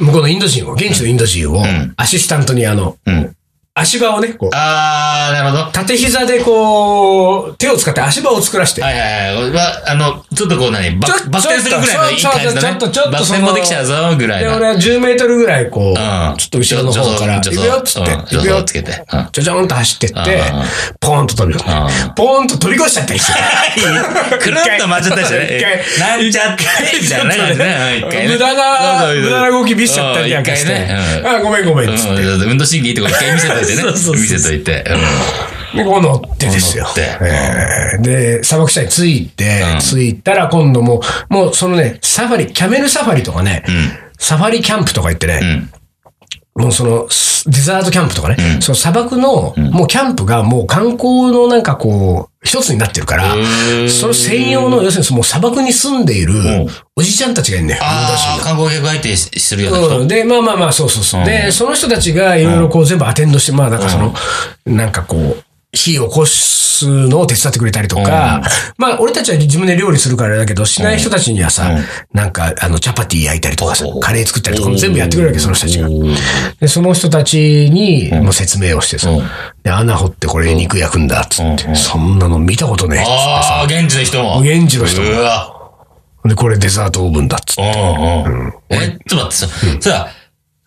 [SPEAKER 1] 向こうのインド人を、現地のインド人を
[SPEAKER 2] ん、
[SPEAKER 1] アシスタントに、あの、
[SPEAKER 2] うん。
[SPEAKER 1] 足場をね、こう、
[SPEAKER 2] あー、なるほど。
[SPEAKER 1] 縦膝でこう、手を使って足場を作らして、
[SPEAKER 2] はいはいはい。まあ、あの、ちょっとこう何、バ
[SPEAKER 1] ちょっと
[SPEAKER 2] バク転するぐらいのいい感じだね。
[SPEAKER 1] ちょっとちょっと
[SPEAKER 2] バク転もできちゃうぞ、ぐらい
[SPEAKER 1] で、
[SPEAKER 2] の。
[SPEAKER 1] 俺は10メートルぐらいこう、
[SPEAKER 2] うん
[SPEAKER 1] ちょっと後ろの方から、行
[SPEAKER 2] 助
[SPEAKER 1] く
[SPEAKER 2] 走
[SPEAKER 1] よっつって、
[SPEAKER 2] うん
[SPEAKER 1] 行くよっ
[SPEAKER 2] 助走つ
[SPEAKER 1] つっ
[SPEAKER 2] け
[SPEAKER 1] て
[SPEAKER 2] てうん、
[SPEAKER 1] ちょちょんと走ってって
[SPEAKER 2] うん、
[SPEAKER 1] ポーンと飛び込
[SPEAKER 2] う
[SPEAKER 1] む。ポーンと飛び越しちゃったりして。
[SPEAKER 2] [LAUGHS] くるっと回っちゃったりしてね。
[SPEAKER 1] [LAUGHS] 一回
[SPEAKER 2] なんちゃって、みたいなねうん一回ね。
[SPEAKER 1] 無駄な
[SPEAKER 2] そうそう
[SPEAKER 1] 無駄な動き見せちゃったりなんかして
[SPEAKER 2] うん一回ね。
[SPEAKER 1] あ、ごめんごめ [LAUGHS] んっつって。
[SPEAKER 2] うんうん運動神経いいとこ一回見せといて
[SPEAKER 1] [LAUGHS]
[SPEAKER 2] ね。
[SPEAKER 1] そうそうそう
[SPEAKER 2] 見せといて。うん
[SPEAKER 1] で、こう乗ってですよ
[SPEAKER 2] こ。う乗って
[SPEAKER 1] えーで、砂漠地帯に着いて、
[SPEAKER 2] うん
[SPEAKER 1] 着いたら今度もう、もうそのね、サファリ、キャメルサファリとかね、サファリキャンプとか行ってね、
[SPEAKER 2] うん。
[SPEAKER 1] もうその、スデザートキャンプとかね、その砂漠の、もうキャンプがもう観光のなんかこう、一つになってるから
[SPEAKER 2] ー、ん
[SPEAKER 1] その専用の、要するにもう砂漠に住んでいる
[SPEAKER 2] ん
[SPEAKER 1] おじちゃんたちがいるんだよ。
[SPEAKER 2] ああ、観光客相手するような人。
[SPEAKER 1] うん、で、まあまあまあ、そうそうそう。で、その人たちがいろいろこう全部アテンドして、まあなんかその、なんかこう、火を起こすのを手伝ってくれたりとか、まあ俺たちは自分で料理するからあれだけど、しない人たちにはさ、なんかあの、チャパティ焼いたりとかさ
[SPEAKER 2] うん、
[SPEAKER 1] カレー作ったりとかも全部やってくれるわけ、その人たちが。
[SPEAKER 2] うん
[SPEAKER 1] で、その人たちにもう説明をしてさ、
[SPEAKER 2] うん
[SPEAKER 1] で、穴掘ってこれ肉焼くんだ、つって、
[SPEAKER 2] うん
[SPEAKER 1] そんなの見たことねえっつって
[SPEAKER 2] ああ、
[SPEAKER 1] さ、
[SPEAKER 2] 現地の人も。
[SPEAKER 1] 現地の人も
[SPEAKER 2] うわ。
[SPEAKER 1] で、これデザートオーブンだ、つって。
[SPEAKER 2] うんうん。え、ちょっと待って、そさ、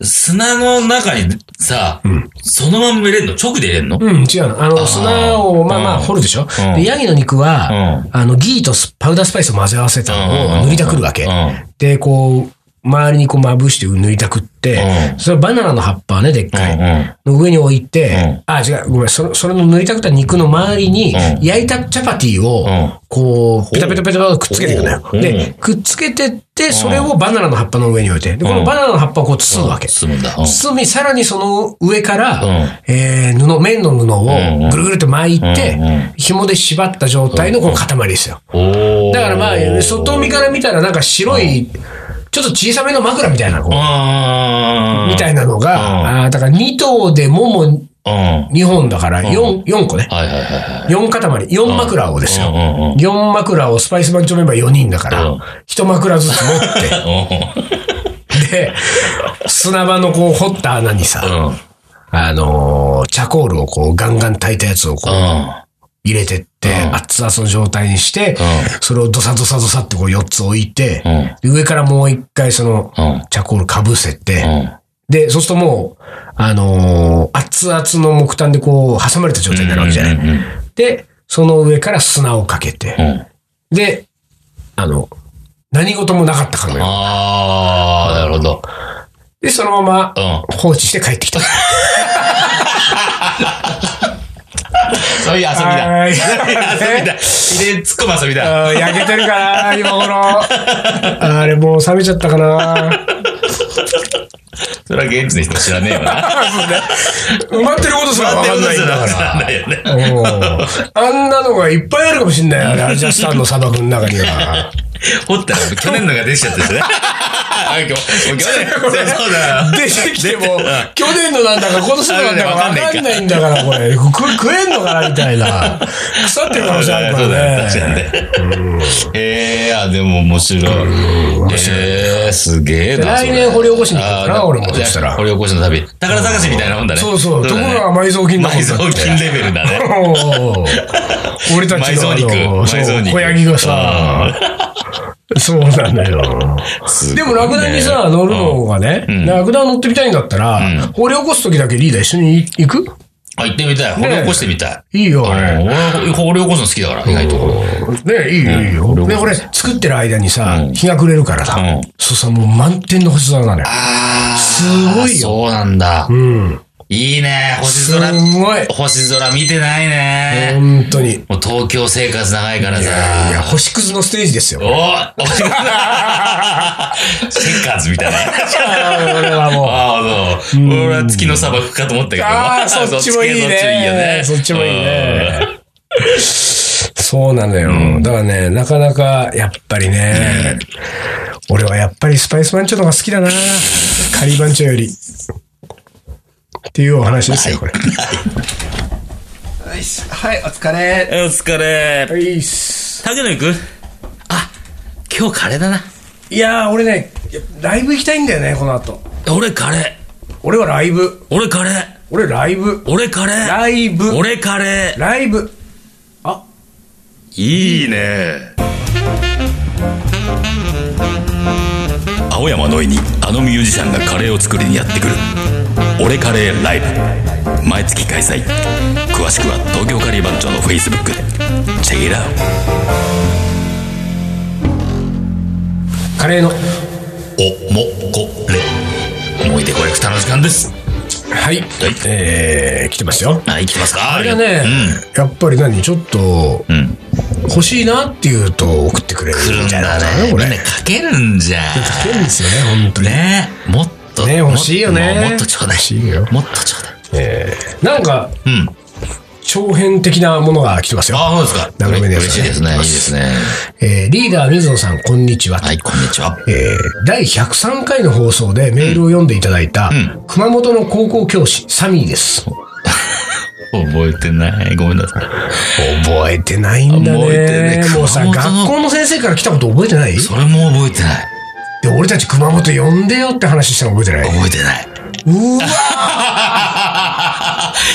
[SPEAKER 2] 砂の中にさ、そのまま入れんの直で入れんの
[SPEAKER 1] うん、違うの。あの、砂を、まあまあ、
[SPEAKER 2] うん
[SPEAKER 1] 掘るでしょ。
[SPEAKER 2] うん
[SPEAKER 1] で、ヤギの肉は
[SPEAKER 2] う、
[SPEAKER 1] あの、ギーとスパウダースパイスを混ぜ合わせた
[SPEAKER 2] うんうん
[SPEAKER 1] の
[SPEAKER 2] う
[SPEAKER 1] を
[SPEAKER 2] ん
[SPEAKER 1] 塗りたくるわけ
[SPEAKER 2] うん。
[SPEAKER 1] で、こう、周りにこう、まぶして塗りたくって
[SPEAKER 2] う、ん
[SPEAKER 1] それはバナナの葉っぱね、でっか
[SPEAKER 2] うんうん
[SPEAKER 1] い。の上に置い
[SPEAKER 2] うん
[SPEAKER 1] て、あ、違う、ごめん、それそれの塗りたくった肉の周りに
[SPEAKER 2] う、ん
[SPEAKER 1] 焼いたチャパティを
[SPEAKER 2] うん、
[SPEAKER 1] こう、ペタペタペタペタくっつけていくんだよ。
[SPEAKER 2] おう
[SPEAKER 1] で、くっつけてって、それをバナナの葉っぱの上に置いて、で、このバナナの葉っぱをこう包むわけ。
[SPEAKER 2] 進むんだ。うん
[SPEAKER 1] 包み、さらにその上から、
[SPEAKER 2] う
[SPEAKER 1] えー布、綿の布
[SPEAKER 2] んう
[SPEAKER 1] を
[SPEAKER 2] ん
[SPEAKER 1] ぐるぐると巻いて、
[SPEAKER 2] うんうん
[SPEAKER 1] 紐で縛った状態のこの塊ですよ。
[SPEAKER 2] おー
[SPEAKER 1] だからまあ、外見から見たらなんか白い、ちょっと小さめの枕みたいな、こう
[SPEAKER 2] うん。
[SPEAKER 1] みたいなの
[SPEAKER 2] う
[SPEAKER 1] が、あーだから2頭でもも
[SPEAKER 2] うん。はい
[SPEAKER 1] 2本だから4、四個ね。
[SPEAKER 2] はいはいは
[SPEAKER 1] 4塊、4枕をです
[SPEAKER 2] い。う
[SPEAKER 1] よ。
[SPEAKER 2] んうんうん。
[SPEAKER 1] 4枕をスパイス番長メンバー4人だから
[SPEAKER 2] うん、
[SPEAKER 1] 1枕ずつ持
[SPEAKER 2] [LAUGHS]
[SPEAKER 1] って、で、砂場のこう掘った穴にさ、
[SPEAKER 2] うん。うん。
[SPEAKER 1] あのーチャコールをこうガンガン炊いたやつをこう入れてって、
[SPEAKER 2] うん
[SPEAKER 1] 熱々の状態にして、
[SPEAKER 2] う
[SPEAKER 1] それをドサドサドサってこう4つ置いて、
[SPEAKER 2] うん。
[SPEAKER 1] で上からもう一回その
[SPEAKER 2] うん。
[SPEAKER 1] チャコールかぶせて、
[SPEAKER 2] うん。
[SPEAKER 1] で、そうするともう、あのー熱々の木炭でこう挟まれた状態になるわけじゃない。
[SPEAKER 2] うんうんうん
[SPEAKER 1] で、その上から砂をかけて、
[SPEAKER 2] うん。
[SPEAKER 1] で、あの、何事もなかったかのように
[SPEAKER 2] ああ、なるほど。
[SPEAKER 1] で、そのま
[SPEAKER 2] う
[SPEAKER 1] ま
[SPEAKER 2] ん。
[SPEAKER 1] 放置して帰ってきた。
[SPEAKER 2] そういう遊びだ。
[SPEAKER 1] はーい
[SPEAKER 2] そういう遊びだ。入れ突っ込む遊びだ。
[SPEAKER 1] あー焼けてるか
[SPEAKER 2] [LAUGHS]
[SPEAKER 1] な今頃。あれもう冷めちゃったか
[SPEAKER 2] [LAUGHS]
[SPEAKER 1] な
[SPEAKER 2] それは現地の人知らねえわな。
[SPEAKER 1] 埋まってることすら分かんないんだか
[SPEAKER 2] 知ら
[SPEAKER 1] ら。
[SPEAKER 2] ないよね。
[SPEAKER 1] おうあんなのがいっぱいあるかもしんないよね。アジャスタンの砂漠の中には。
[SPEAKER 2] 掘ったら去年のが出てきちゃったしね。
[SPEAKER 1] [LAUGHS]
[SPEAKER 2] あ今日もう去年 [LAUGHS] そうだよ。
[SPEAKER 1] 出てきても、去年のなんだか今年のなんだか分かんないんだから、これ。これ食えんのかなみたいな。腐ってる可能性あるか
[SPEAKER 2] そうだよ
[SPEAKER 1] ら
[SPEAKER 2] 確かに
[SPEAKER 1] ね。
[SPEAKER 2] ね。ええ、あ、でも面白い。ええ、すげえな。
[SPEAKER 1] 来年
[SPEAKER 2] それ
[SPEAKER 1] 掘り起こしに行こうかな
[SPEAKER 2] あー
[SPEAKER 1] 俺もそしたら
[SPEAKER 2] 掘り起こしの旅。宝探しみたいなもんだね。
[SPEAKER 1] そうそう。とこ
[SPEAKER 2] だ
[SPEAKER 1] ろ
[SPEAKER 2] ね
[SPEAKER 1] が埋蔵金だもん
[SPEAKER 2] [LAUGHS] 埋蔵金レベルだね。
[SPEAKER 1] おう俺たち
[SPEAKER 2] 埋
[SPEAKER 1] の
[SPEAKER 2] 蔵
[SPEAKER 1] あ
[SPEAKER 2] 肉。
[SPEAKER 1] のそう
[SPEAKER 2] 埋蔵肉。
[SPEAKER 1] 小ヤギがさ、そうなんだよ。でもラクダにさ、乗るのがね、ラクダ乗ってみたいんだったら、掘り起こす時だけリーダー一緒に行く
[SPEAKER 2] あ、行ってみたい。掘り起こしてみたい。
[SPEAKER 1] いいよ、あれ。
[SPEAKER 2] 俺、掘り起こすの好きだから、意外と。
[SPEAKER 1] ねいいよ、いいよ。で、俺、作ってる間にさ、日が暮れるからさ
[SPEAKER 2] うん、
[SPEAKER 1] そうさ、もう満点の星空なのよ。
[SPEAKER 2] ああ。
[SPEAKER 1] すごいよ
[SPEAKER 2] そうなんだ。
[SPEAKER 1] うん。
[SPEAKER 2] いいね。星
[SPEAKER 1] す
[SPEAKER 2] 空。
[SPEAKER 1] ごい。
[SPEAKER 2] 星空見てないね。
[SPEAKER 1] 本当に。い
[SPEAKER 2] もう東京生活長いからさ。
[SPEAKER 1] やいや、星屑のステージですよ。
[SPEAKER 2] おーお星空シェッカーズみたいな。
[SPEAKER 1] 俺はもう。
[SPEAKER 2] ああ、そう。俺は月の砂漠かと思ったけど。
[SPEAKER 1] ああ、 [LAUGHS] そっちもいい
[SPEAKER 2] [LAUGHS]
[SPEAKER 1] ね
[SPEAKER 2] そっちいいよね。。
[SPEAKER 1] そっちもいいね。そうなのよ、だからね、なかなか、やっぱりね、俺はやっぱりスパイス番長の方が好きだな。カリー番長より。っていうお話ですよ、これ。
[SPEAKER 3] よいしょはい、お疲れ。
[SPEAKER 2] うん。お疲れ。
[SPEAKER 1] いいっす
[SPEAKER 2] 竹野行くあ、今日カレーだな。
[SPEAKER 1] いやー、俺ね、ライブ行きたいんだよね、この後。
[SPEAKER 2] 俺カレー。
[SPEAKER 1] 俺はライブ。
[SPEAKER 2] 俺カレー。
[SPEAKER 1] 俺ライブ。
[SPEAKER 2] 俺カレー。
[SPEAKER 1] ライブ
[SPEAKER 2] 俺カレ
[SPEAKER 1] ライブ。あ、
[SPEAKER 2] ー。いいね。青山のいにあのミュージシャンがカレーを作りにやってくる「俺カレーライブ」毎月開催詳しくは東京カリー番長のフェイスブックチェックイラ
[SPEAKER 1] カレーの。
[SPEAKER 2] おもこれ思い出コレクターの時間です
[SPEAKER 1] はい。
[SPEAKER 2] はい
[SPEAKER 1] えー、来てますよ。
[SPEAKER 2] はいきますか
[SPEAKER 1] あれがね、やっぱり何ちょっと
[SPEAKER 2] うん、うん、
[SPEAKER 1] 欲しいなっていうと送ってくれる
[SPEAKER 2] 来るん
[SPEAKER 1] みたいな
[SPEAKER 2] だ
[SPEAKER 1] ことこ
[SPEAKER 2] ねみん
[SPEAKER 1] れ。
[SPEAKER 2] なかけるんじゃ
[SPEAKER 1] 書けるんですよね、本当に。
[SPEAKER 2] ねもっと
[SPEAKER 1] ね欲しいよね
[SPEAKER 2] ももっとちょうだい
[SPEAKER 1] 欲しいよ
[SPEAKER 2] もっとちょうだい
[SPEAKER 1] えーなんか、
[SPEAKER 2] うん
[SPEAKER 1] 長編的なものが来てますよ。
[SPEAKER 2] ああそうですか
[SPEAKER 1] 長めのやつね
[SPEAKER 2] 嬉しいですねいいですね
[SPEAKER 1] えーリーダー水野さん、こんにちは。
[SPEAKER 2] はいこんにちは
[SPEAKER 1] えー第103回の放送でメールを読んでいただいた、
[SPEAKER 2] ん
[SPEAKER 1] 熊本の高校教師、サミーです。
[SPEAKER 2] 覚えてないごめんなさい
[SPEAKER 1] 覚えてないんだね。
[SPEAKER 2] 覚えてねえ
[SPEAKER 1] もうさ、
[SPEAKER 2] 熊本の
[SPEAKER 1] 学校の先生から来たこと覚えてない
[SPEAKER 2] それも覚えてない
[SPEAKER 1] で、俺たち熊本呼んでよって話したの覚えてない。
[SPEAKER 2] 覚えてない [LAUGHS]
[SPEAKER 1] うわ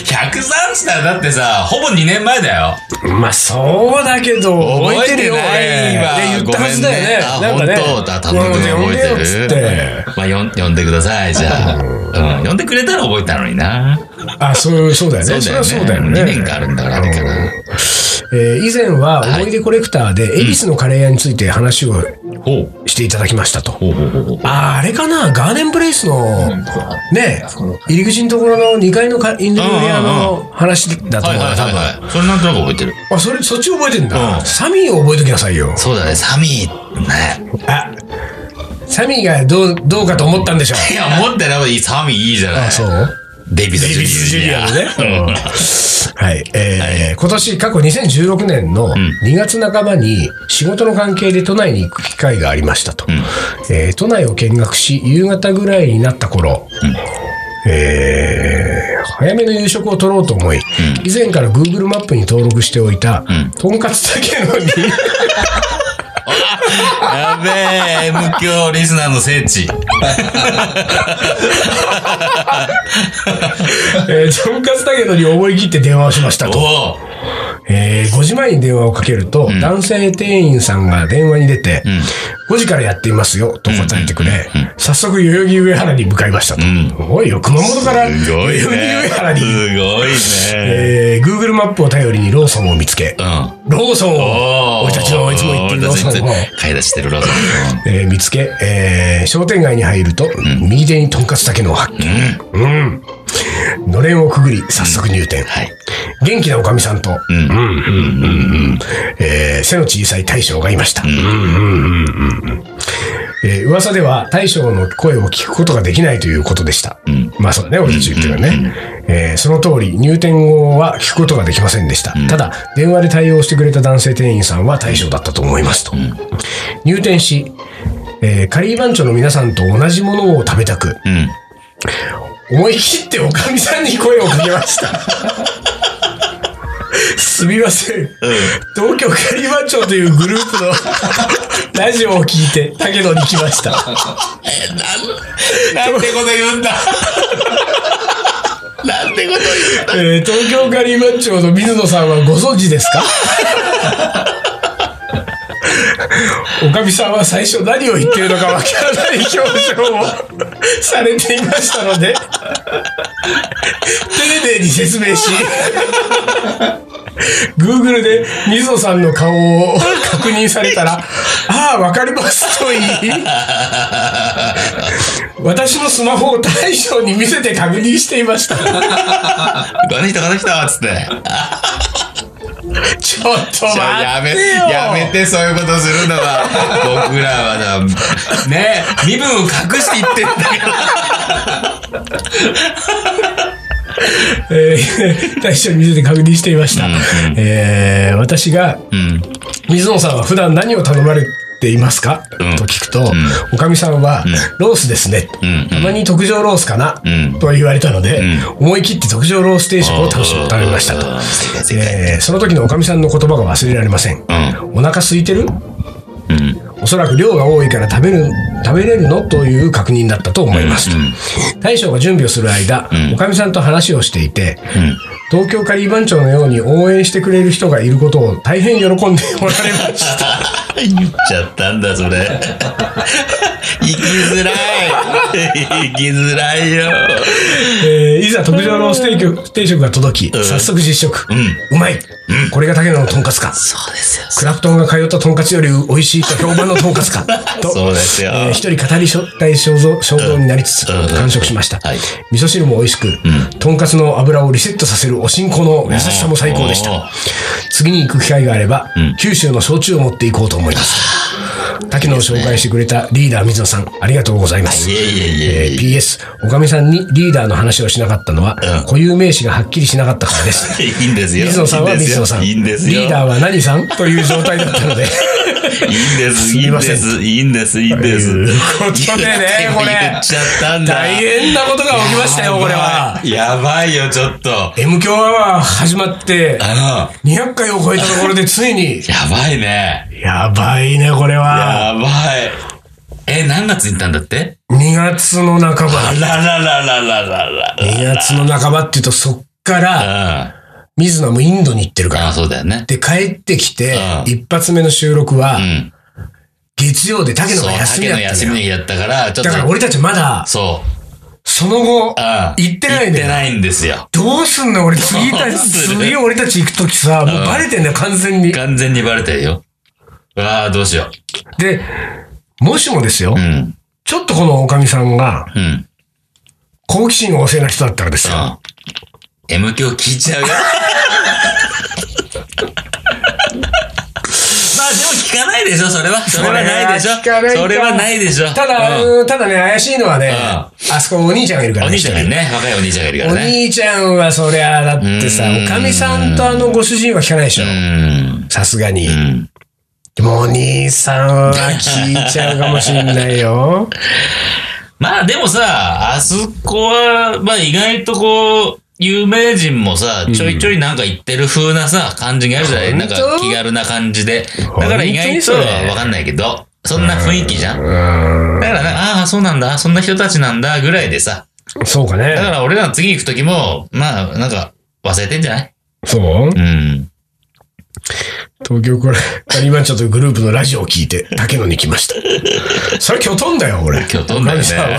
[SPEAKER 2] 103したらだってさほぼ2年前だよ
[SPEAKER 1] まあ、そうだけど、覚えてるよ、
[SPEAKER 2] 覚えてない
[SPEAKER 1] 俺。
[SPEAKER 2] わ
[SPEAKER 1] ね言ったはずだよね。
[SPEAKER 2] ご
[SPEAKER 1] なんか
[SPEAKER 2] めん
[SPEAKER 1] ね
[SPEAKER 2] ねあ、本当だ頼んで
[SPEAKER 1] 熊本
[SPEAKER 2] 覚
[SPEAKER 1] 呼んでよっつ
[SPEAKER 2] え
[SPEAKER 1] ってて。
[SPEAKER 2] るまあよん呼んでくださいじゃあ、うん、呼んでくれたら覚えたのにな
[SPEAKER 1] あ、そう、そうだよね。それはそうだよね。
[SPEAKER 2] 2年があるんだからあれかな
[SPEAKER 1] えー以前は思い出コレクターで、恵比寿のカレー屋について話を
[SPEAKER 2] ほう
[SPEAKER 1] していただきましたと。
[SPEAKER 2] ほうほうほうほう
[SPEAKER 1] あーあれかなガーデンプレイスの、ね、入り口のところの2階のかインド料理屋の話だと
[SPEAKER 2] は
[SPEAKER 1] 思
[SPEAKER 2] いうはい
[SPEAKER 1] な、多分。
[SPEAKER 2] はいはいそれなんとなく覚えてる
[SPEAKER 1] あ、それ、そっち覚えてんだ。
[SPEAKER 2] うん
[SPEAKER 1] サミーを覚えときなさいよ。
[SPEAKER 2] そうだねサミーね
[SPEAKER 1] あ、サミーがどう、どうかと思ったんでしょう。
[SPEAKER 2] いや思ってなかったサミーいいじゃない
[SPEAKER 1] あ、そう
[SPEAKER 2] デビス・ジュニア
[SPEAKER 1] デビスジュニアのね。はい。えー今年、過去2016年の2月半ばに仕事の関係で都内に行く機会がありましたと。えー都内を見学し、夕方ぐらいになった頃、えー早めの夕食を取ろうと思い、以前から Google マップに登録しておいた、とんかつたけのに、
[SPEAKER 2] やべえ、M 教リスナーの聖地。
[SPEAKER 1] [LAUGHS] えーとんかつたけのに思い切って電話をしましたと。
[SPEAKER 2] おお。
[SPEAKER 1] えー5時前に電話をかけると、男性店員さんが電話に出て、5時からやっていますよと答えてくれ、早速代々木上原に向かいましたと。おいよ、熊本から
[SPEAKER 2] す
[SPEAKER 1] 代
[SPEAKER 2] ご
[SPEAKER 1] 々
[SPEAKER 2] い
[SPEAKER 1] 木上
[SPEAKER 2] ね。
[SPEAKER 1] 原
[SPEAKER 2] す
[SPEAKER 1] に、
[SPEAKER 2] ごいね。
[SPEAKER 1] えー Google マップを頼りにローソンを見つけ
[SPEAKER 2] う、ん。
[SPEAKER 1] ローソン
[SPEAKER 2] お
[SPEAKER 1] を、俺たちのいつも行ってるローソンを、
[SPEAKER 2] 買い出してるローソン。
[SPEAKER 1] えー見つけ、えー商店街に入ると、右手にとんかつだけのを発見。うん。のれんをくぐり、早速入店。
[SPEAKER 2] はい。
[SPEAKER 1] 元気なおかみさんと、うん、うん、うん、うん、えー背の小さい大将がいました。うん、うん、うん、うん。えー噂では大将の声を聞くことができないということでした。まあそうだね、俺たち言ってるからね。えーその通り、入店後は聞くことができませんでした。ただ、電話で対応してくれた男性店員さんは大将だったと思いますと。入店し、えーカリー番長の皆さんと同じものを食べたく、
[SPEAKER 2] うん。
[SPEAKER 1] 思い切っておかみさんに声をかけました。すみません。東京カリバ町というグループの [LAUGHS] ラジオを聞いて、竹野に来ま
[SPEAKER 2] [LAUGHS]
[SPEAKER 1] した。
[SPEAKER 2] なんてこと言う
[SPEAKER 1] [LAUGHS]
[SPEAKER 2] んだ。なんてこと言うんだ。
[SPEAKER 1] えー東京カリバ町の水野さんはご存知ですか [LAUGHS] おかみさんは最初何を言ってるのかわからない表情を [LAUGHS] されていましたので、丁寧に説明し、Google で水野さんの顔を確認された
[SPEAKER 2] [LAUGHS]
[SPEAKER 1] ら、ああ、わかりますと言い、私のスマホを大将に見せて確認していま
[SPEAKER 2] [LAUGHS]
[SPEAKER 1] した。
[SPEAKER 2] この人、この人、つって。
[SPEAKER 1] ちょっと
[SPEAKER 2] じゃあ
[SPEAKER 1] 待
[SPEAKER 2] や
[SPEAKER 1] って
[SPEAKER 2] め、
[SPEAKER 1] よ
[SPEAKER 2] やめて、そういうことするの
[SPEAKER 1] [LAUGHS]
[SPEAKER 2] は。僕らはだ、ね、身分を隠していってんだ
[SPEAKER 1] えー大将に見せて確認していました。えー私が、水野さんは普段何を頼まれていますか、と聞くと、おかみさんは、ロースですね、たまに特上ロースかな、と言われたので、思い切って特上ロース定食を楽しむ食べましたと。
[SPEAKER 2] けど。
[SPEAKER 1] えーその時のおかみさんの言葉が忘れられません。お腹空いてる、おそらく量が多いから食べる食べれるのという確認だったと思いますと、大将が準備をする間、おかみさんと話をしていて、東京カリー番長のように応援してくれる人がいることを大変喜んでおられました
[SPEAKER 2] 言っちゃったんだ、それ。生きづらい。生きづらいよ。
[SPEAKER 1] [LAUGHS] えーいざ特上のステーキ定食が届き、早速実食、うまい、これが竹野のとんかつか
[SPEAKER 2] そうですよ。
[SPEAKER 1] クラフトンが通ったとんかつより美味しいと評判のとんか
[SPEAKER 2] [LAUGHS]
[SPEAKER 1] つかと
[SPEAKER 2] そうですよ
[SPEAKER 1] えー一人語りしょったい肖像肖像になりつつ
[SPEAKER 2] うん
[SPEAKER 1] 完食しました、
[SPEAKER 2] はい
[SPEAKER 1] 味噌汁も美味しく、とんかつの油をリセットさせるおしんこの優しさも最高でし
[SPEAKER 2] おー
[SPEAKER 1] た次に行く機会があれば、九州の焼酎を持っていこうと思います滝野を紹介してくれたリーダー水野さんありがとうございます
[SPEAKER 2] いえいえいえ
[SPEAKER 1] え
[SPEAKER 2] い
[SPEAKER 1] ー
[SPEAKER 2] え。
[SPEAKER 1] PS、おかみさんにリーダーの話をしなかったのは、固有名詞がはっきりしなかったから
[SPEAKER 2] [LAUGHS]
[SPEAKER 1] です。
[SPEAKER 2] いいんですよ。
[SPEAKER 1] 水野さんはい
[SPEAKER 2] いです
[SPEAKER 1] 水
[SPEAKER 2] よ
[SPEAKER 1] 野さん。
[SPEAKER 2] いいんですよ。
[SPEAKER 1] リーダーは何さんという状態だったので。
[SPEAKER 2] いいんです、
[SPEAKER 1] す
[SPEAKER 2] いい
[SPEAKER 1] み
[SPEAKER 2] ん
[SPEAKER 1] ま
[SPEAKER 2] で
[SPEAKER 1] せん
[SPEAKER 2] す、いいんです、いいん
[SPEAKER 1] と
[SPEAKER 2] です。
[SPEAKER 1] いうことでね、こ
[SPEAKER 2] 言
[SPEAKER 1] れ
[SPEAKER 2] っ。ちゃったんだ。
[SPEAKER 1] 大変なことが起きましたよ、これは。
[SPEAKER 2] やばいよ、ちょっと。
[SPEAKER 1] M 強アワー始まって、
[SPEAKER 2] あ
[SPEAKER 1] 200回を超えたところでついに。
[SPEAKER 2] の、やばいね。
[SPEAKER 1] やばいね、これは。
[SPEAKER 2] やばい。え、何月に行ったんだって
[SPEAKER 1] 2月の半
[SPEAKER 2] あ
[SPEAKER 1] ば。
[SPEAKER 2] ららららららら
[SPEAKER 1] 2月の半ばっていうと、そっから、
[SPEAKER 2] ら。
[SPEAKER 1] 水野もインドに行ってる
[SPEAKER 2] うん。
[SPEAKER 1] か
[SPEAKER 2] あ、
[SPEAKER 1] ら。
[SPEAKER 2] そうだよね。
[SPEAKER 1] で、帰ってきて、
[SPEAKER 2] うん
[SPEAKER 1] 一発目の収録は
[SPEAKER 2] う、ん。
[SPEAKER 1] 月曜で竹野
[SPEAKER 2] そう
[SPEAKER 1] が、休み
[SPEAKER 2] 竹
[SPEAKER 1] だ
[SPEAKER 2] の
[SPEAKER 1] った
[SPEAKER 2] 休
[SPEAKER 1] の
[SPEAKER 2] みの
[SPEAKER 1] よ。
[SPEAKER 2] 日だったから、ちょっ
[SPEAKER 1] だから
[SPEAKER 2] と、
[SPEAKER 1] 俺たちまだ、
[SPEAKER 2] そう。
[SPEAKER 1] その後、
[SPEAKER 2] うん
[SPEAKER 1] 行ってないん
[SPEAKER 2] 行っ
[SPEAKER 1] だ
[SPEAKER 2] て
[SPEAKER 1] よ。
[SPEAKER 2] ないんですよ。
[SPEAKER 1] どうすんの
[SPEAKER 2] [LAUGHS]
[SPEAKER 1] 俺、次た
[SPEAKER 2] どう
[SPEAKER 1] ち、
[SPEAKER 2] する
[SPEAKER 1] 次俺たち行くときさ、もうバレてんだよ、完全に。
[SPEAKER 2] 完全にバレてるよ。わあ、どうしよ
[SPEAKER 1] で、もしもですよ
[SPEAKER 2] う。う、ん。
[SPEAKER 1] ちょっとこのおかみさんが、
[SPEAKER 2] うん。うん。
[SPEAKER 1] 好奇心旺盛な人だったらですよ。
[SPEAKER 2] M 響聞いちゃう
[SPEAKER 1] [LAUGHS]
[SPEAKER 2] よ。まあでも聞かないでしょ、それは。それはないでしょ。
[SPEAKER 1] それは聞かないか
[SPEAKER 2] それはないでしょ。
[SPEAKER 1] ただ、
[SPEAKER 2] うん
[SPEAKER 1] うんただね、怪しいのはね、あそこお兄ちゃんがいるから
[SPEAKER 2] お兄ちゃんがいる
[SPEAKER 1] ね。
[SPEAKER 2] ね。若いお兄ちゃんがいるか
[SPEAKER 1] お
[SPEAKER 2] らね。
[SPEAKER 1] 兄ちゃんはそりゃ、だってさ、
[SPEAKER 2] うん
[SPEAKER 1] おかみさんとあのご主人は聞かないでしょ
[SPEAKER 2] う。ん。
[SPEAKER 1] さすがに。
[SPEAKER 2] うん。
[SPEAKER 1] でもお兄さんは聞いちゃうかもしれない
[SPEAKER 2] [LAUGHS]
[SPEAKER 1] よ。
[SPEAKER 2] まあでもさ、あそこは、まあ意外とこう、有名人もさ、ちょいちょいなんか言ってる風なさ、感じがあるじゃないな
[SPEAKER 1] 本
[SPEAKER 2] んか
[SPEAKER 1] 当
[SPEAKER 2] 気軽な感じで。だから意
[SPEAKER 1] 本当
[SPEAKER 2] 外
[SPEAKER 1] に
[SPEAKER 2] と
[SPEAKER 1] それ
[SPEAKER 2] わかんないけど、そんな雰囲気じゃん。
[SPEAKER 1] うーん
[SPEAKER 2] だからなんか、ああ、そうなんだ、そんな人たちなんだ、ぐらいでさ。
[SPEAKER 1] そうか
[SPEAKER 2] だか
[SPEAKER 1] ね。
[SPEAKER 2] ら俺らの次行くときも、まあ、なんか、忘れてんじゃない
[SPEAKER 1] そう
[SPEAKER 2] うん。
[SPEAKER 1] 東京からカリーマンチョというグループのラジオを聞いて、竹野に来ました。それ巨トンだよ、俺。
[SPEAKER 2] 今日飛んだ
[SPEAKER 1] おか
[SPEAKER 2] よね。
[SPEAKER 1] みさんは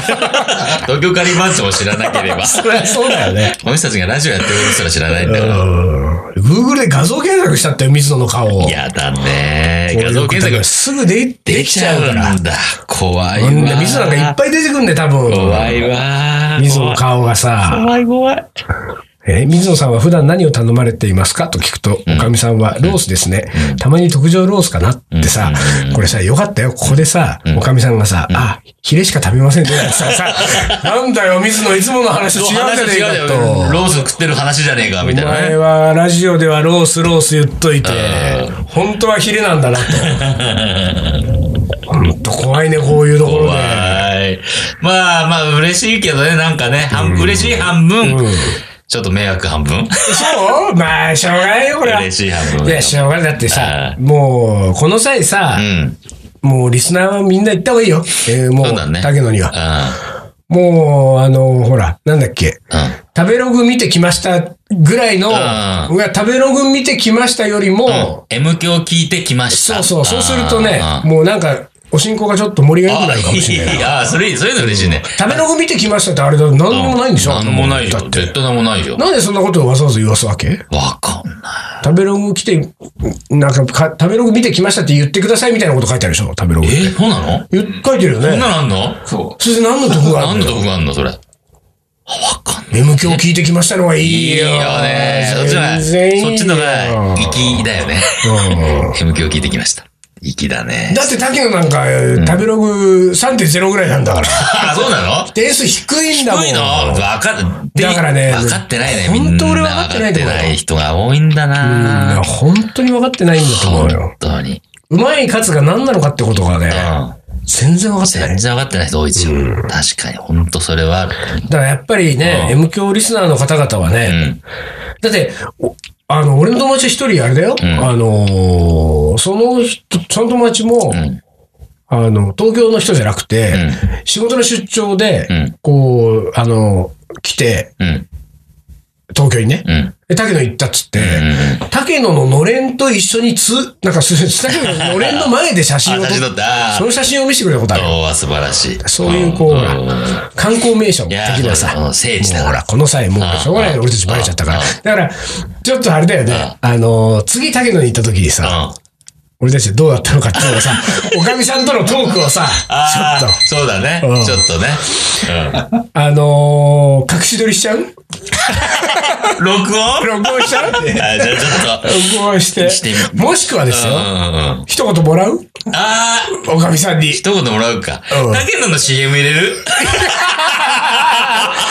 [SPEAKER 2] 東京カリーマンチョも知らなけ [LAUGHS] れば。
[SPEAKER 1] そりゃそうだよね。
[SPEAKER 2] この人たちがラジオやってることすら知らないん
[SPEAKER 1] う
[SPEAKER 2] だから。
[SPEAKER 1] ーん。Google で画像検索したってよ、水野の顔を。
[SPEAKER 2] やだね。画像検索
[SPEAKER 1] すぐで
[SPEAKER 2] で
[SPEAKER 1] で
[SPEAKER 2] き
[SPEAKER 1] き
[SPEAKER 2] ち
[SPEAKER 1] ち
[SPEAKER 2] ゃ
[SPEAKER 1] ゃう
[SPEAKER 2] う
[SPEAKER 1] か
[SPEAKER 2] ん
[SPEAKER 1] ら。
[SPEAKER 2] だ。怖い
[SPEAKER 1] ほんで
[SPEAKER 2] わ。
[SPEAKER 1] 水野なんかいっぱい出てくんで、多
[SPEAKER 2] 怖い
[SPEAKER 1] 分。
[SPEAKER 2] わ。
[SPEAKER 1] 水野の顔がさ。
[SPEAKER 2] 怖い怖い。
[SPEAKER 1] えー水野さんは普段何を頼まれていますかと聞くと、おかみさんは、ロースですね。たまに特上ロースかなってさ、これさ、よかったよ。ここでさ、おかみさんがさ、あ、ヒレしか食べませんね。なんてさ、さなんだよ、水野、いつもの話と違う
[SPEAKER 2] 話
[SPEAKER 1] じゃね
[SPEAKER 2] 違
[SPEAKER 1] えか
[SPEAKER 2] うじゃん
[SPEAKER 1] と。
[SPEAKER 2] ロース食ってる話じゃねえか、み
[SPEAKER 1] お
[SPEAKER 2] たいな
[SPEAKER 1] 前
[SPEAKER 2] ね。
[SPEAKER 1] はラジオではロースロース言っといて、本当はヒレなんだな [LAUGHS] と。本当怖いね、こういうところ
[SPEAKER 2] 怖
[SPEAKER 1] で。
[SPEAKER 2] い。まあまあ、嬉しいけどね、なんかね、半嬉しい半分、ちょっと迷惑半分。
[SPEAKER 1] そうまあ、しょうがないよ、これは。
[SPEAKER 2] 嬉しい半分。
[SPEAKER 1] いや、しょうがない。だってさ
[SPEAKER 2] あ、
[SPEAKER 1] もう、この際さ、
[SPEAKER 2] うん。
[SPEAKER 1] もうリスナーはみんな行った方がいいよ。えーも
[SPEAKER 2] そううだね。
[SPEAKER 1] 竹野には。もう、あの、ほら、なんだっけ。
[SPEAKER 2] うん。うん。
[SPEAKER 1] 食べログ見てきましたぐらいの、
[SPEAKER 2] ん
[SPEAKER 1] いや食べログ見てきましたよりも、
[SPEAKER 2] M 響聞いてきまし
[SPEAKER 1] そ
[SPEAKER 2] た。
[SPEAKER 1] うそう、そうするとね
[SPEAKER 2] あ、
[SPEAKER 1] もうなんか、お進行がちょっと盛りが良くなるかもしれない。
[SPEAKER 2] いや、それ、それの嬉しいね。
[SPEAKER 1] 食べログ見てきましたってあれだ、なんもないんでしょ
[SPEAKER 2] なんもないよ
[SPEAKER 1] だ。って。
[SPEAKER 2] 絶対なんもないよ。
[SPEAKER 1] なんでそんなことをわざわざ言わすわけ
[SPEAKER 2] わかんない。
[SPEAKER 1] 食べログ来て、なんかか、食べログ見てきましたって言ってくださいみたいなこと書いてあるでしょ食べログ。
[SPEAKER 2] え、そうなの
[SPEAKER 1] 言っ書いてるよ
[SPEAKER 2] そん
[SPEAKER 1] ね
[SPEAKER 2] な。のあんのそう。
[SPEAKER 1] それで何の得がある
[SPEAKER 2] 何
[SPEAKER 1] の
[SPEAKER 2] の得があんのそれ。あわかんない。
[SPEAKER 1] 眠気を聞いてきましたのがい
[SPEAKER 2] い
[SPEAKER 1] い
[SPEAKER 2] い
[SPEAKER 1] よ。
[SPEAKER 2] よね。そっちのが、
[SPEAKER 1] 全然いいよ
[SPEAKER 2] そっちのが、粋だよね。M [LAUGHS] 響聞いてきました。粋だね。
[SPEAKER 1] だって竹野なんか、食べログ3.0ぐらいなんだから。
[SPEAKER 2] あ、そうなの
[SPEAKER 1] 点数低いんだもん。
[SPEAKER 2] 低いのわかっ、
[SPEAKER 1] だからね
[SPEAKER 2] 分かってないね。みんな
[SPEAKER 1] 本当俺分かってないと
[SPEAKER 2] 分
[SPEAKER 1] 思うよ
[SPEAKER 2] かってない人が多いんだ
[SPEAKER 1] いや
[SPEAKER 2] な
[SPEAKER 1] 本当に分かってないんだと思う
[SPEAKER 2] 本
[SPEAKER 1] よ。
[SPEAKER 2] 当に。
[SPEAKER 1] うまいカツが何なのかってことがね
[SPEAKER 2] う、ん。
[SPEAKER 1] 全然分かってな
[SPEAKER 2] 全
[SPEAKER 1] い。
[SPEAKER 2] 然分かってない人多いですよ。確かに、本当それはある。
[SPEAKER 1] だからやっぱりね、M 教リスナーの方々は
[SPEAKER 2] う
[SPEAKER 1] ね、
[SPEAKER 2] ん。
[SPEAKER 1] だって、おあの、俺の友達一人あれだよ。あのーその人、その友達も、あの、東京の人じゃなくて、仕事の出張で、こう、あの、来て、
[SPEAKER 2] うん。
[SPEAKER 1] 東京にね。
[SPEAKER 2] うん。
[SPEAKER 1] で、竹野行ったっつって、竹野ののれんと一緒につ、なんかす、竹野ののれんの前で写真を
[SPEAKER 2] あ写真撮った
[SPEAKER 1] その写真を見せてくれたことある。
[SPEAKER 2] 今日は素晴らしい。
[SPEAKER 1] そういう、こう、
[SPEAKER 2] ん
[SPEAKER 1] ほら観光名所も
[SPEAKER 2] いや
[SPEAKER 1] 的な
[SPEAKER 2] う
[SPEAKER 1] さ
[SPEAKER 2] ん、聖地だ
[SPEAKER 1] もうほら、この際、もう、しょうがないよ俺たちバレちゃったから。だから、ちょっとあれだよね。あの、次、竹野に行った時にさ、
[SPEAKER 2] うん。
[SPEAKER 1] 俺たちどうだったのかっていう
[SPEAKER 2] [LAUGHS]
[SPEAKER 1] のをさ、おかみさんとのトークをさ、
[SPEAKER 2] あ
[SPEAKER 1] ちょ
[SPEAKER 2] あ
[SPEAKER 1] っ、
[SPEAKER 2] そうだね。
[SPEAKER 1] うん
[SPEAKER 2] ちょっとね。
[SPEAKER 1] と、あのー隠し撮りしちゃう
[SPEAKER 2] うん。録音
[SPEAKER 1] 録音しちゃう録
[SPEAKER 2] あじゃあちょっと。
[SPEAKER 1] 音して
[SPEAKER 2] [LAUGHS] して。み
[SPEAKER 1] もしくはです
[SPEAKER 2] うんう
[SPEAKER 1] よ、
[SPEAKER 2] んうん。
[SPEAKER 1] 一言もらう
[SPEAKER 2] ああ、
[SPEAKER 1] おかみさんに。
[SPEAKER 2] 一言もらうか。
[SPEAKER 1] うん
[SPEAKER 2] 竹野の CM 入れる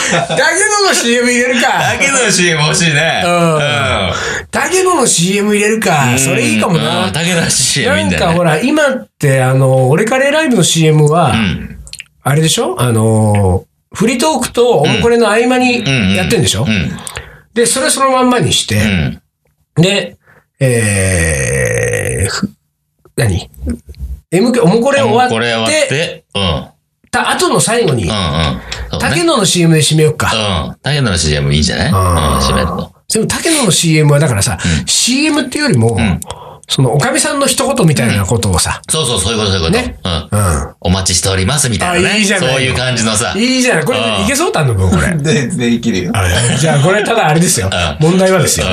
[SPEAKER 1] だけどの CM 入れるか。
[SPEAKER 2] 竹野の CM 欲しいね。
[SPEAKER 1] うんだけどの CM 入れるか。
[SPEAKER 2] うん。
[SPEAKER 1] それいいかも
[SPEAKER 2] う。
[SPEAKER 1] なん
[SPEAKER 2] 竹野の CM いいん
[SPEAKER 1] なん
[SPEAKER 2] だよ
[SPEAKER 1] か
[SPEAKER 2] ね。
[SPEAKER 1] ほら、今って、あの、俺カレーライブの CM は、
[SPEAKER 2] うん。
[SPEAKER 1] あれでしょあの、フリートークとオムコレの合間にやってんでしょ、
[SPEAKER 2] う
[SPEAKER 1] で、それそのまんまにして、
[SPEAKER 2] ん。うん。
[SPEAKER 1] で、えー、ふ何 ?MK、オムコレ終わ
[SPEAKER 2] これ終わ
[SPEAKER 1] っ、
[SPEAKER 2] ってて。うん。うんうん。
[SPEAKER 1] た後の最後に、
[SPEAKER 2] そうね
[SPEAKER 1] 竹野の CM で締めようか。
[SPEAKER 2] うん。竹野の CM いいんじゃない
[SPEAKER 1] あ
[SPEAKER 2] うん。
[SPEAKER 1] ー
[SPEAKER 2] 締めると。
[SPEAKER 1] でも竹野の CM はだからさ、CM っていうよりも、その、おかみさんの一言みたいなことをさ、
[SPEAKER 2] そうそう、そういうこと、そういうこと。
[SPEAKER 1] ね
[SPEAKER 2] うん。
[SPEAKER 1] うん。
[SPEAKER 2] お待ちしております、みたいな
[SPEAKER 1] あ
[SPEAKER 2] ね。
[SPEAKER 1] いいじゃない
[SPEAKER 2] そういう感じのさ。
[SPEAKER 1] いいじゃない。これ、
[SPEAKER 2] うん
[SPEAKER 1] いけそうたんのこれ。
[SPEAKER 3] 全然生きるよ。
[SPEAKER 1] じゃあ、これただあれですよ。問題はですよ。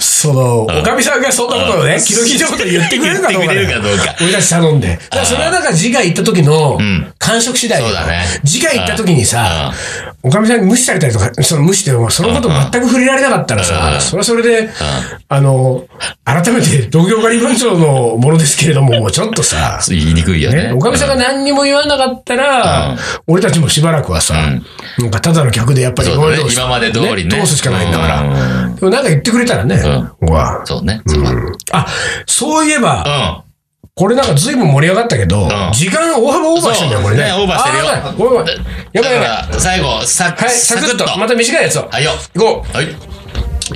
[SPEAKER 1] その、おかみさんがそんなことをね、気の利いたこと言ってくれる
[SPEAKER 2] [LAUGHS]
[SPEAKER 1] かどうかだよ。
[SPEAKER 2] 言ってくれるかどうか
[SPEAKER 1] 俺たち頼んで。だからそれはなんか次回行った時の
[SPEAKER 2] ん
[SPEAKER 1] 感触次第よ
[SPEAKER 2] そうだね
[SPEAKER 1] 次回行った時にさ、おかみさんに無視されたりとか、その無視でも、そのこと全く触れられなかったら
[SPEAKER 2] う
[SPEAKER 1] さ、
[SPEAKER 2] ん
[SPEAKER 1] それはそれで、あの、改めて、同業狩り文章のものですけれども、もうちょっとさ、
[SPEAKER 2] 言いにくいよね。
[SPEAKER 1] ね、おかみさんが何にも言わなかったら、
[SPEAKER 2] うん
[SPEAKER 1] 俺たちもしばらくはさ、なんかただの客でやっぱり
[SPEAKER 2] そうだね
[SPEAKER 1] 通
[SPEAKER 2] 今まで通りね
[SPEAKER 1] 通すしかないんだから。でもなんか言ってくれたらね、うわ
[SPEAKER 2] そうね。そうだ。うん。うん。
[SPEAKER 1] あ、そういえば、これなんかずいぶん盛り上がったけど、
[SPEAKER 2] ん
[SPEAKER 1] 時間大幅オーバーしてんだよ、
[SPEAKER 2] そう
[SPEAKER 1] これね。
[SPEAKER 2] ねオーバーしてるよ
[SPEAKER 1] あーごめんごめんや
[SPEAKER 2] だ
[SPEAKER 1] ば
[SPEAKER 2] か
[SPEAKER 1] いやばい。
[SPEAKER 2] ら、最後、サク
[SPEAKER 1] はい、
[SPEAKER 2] サ
[SPEAKER 1] サ
[SPEAKER 2] ク
[SPEAKER 1] ク
[SPEAKER 2] ッ
[SPEAKER 1] ッ
[SPEAKER 2] と。
[SPEAKER 1] と。また短いやつを。
[SPEAKER 2] はいよ。
[SPEAKER 1] 行こ
[SPEAKER 2] はい。
[SPEAKER 1] う。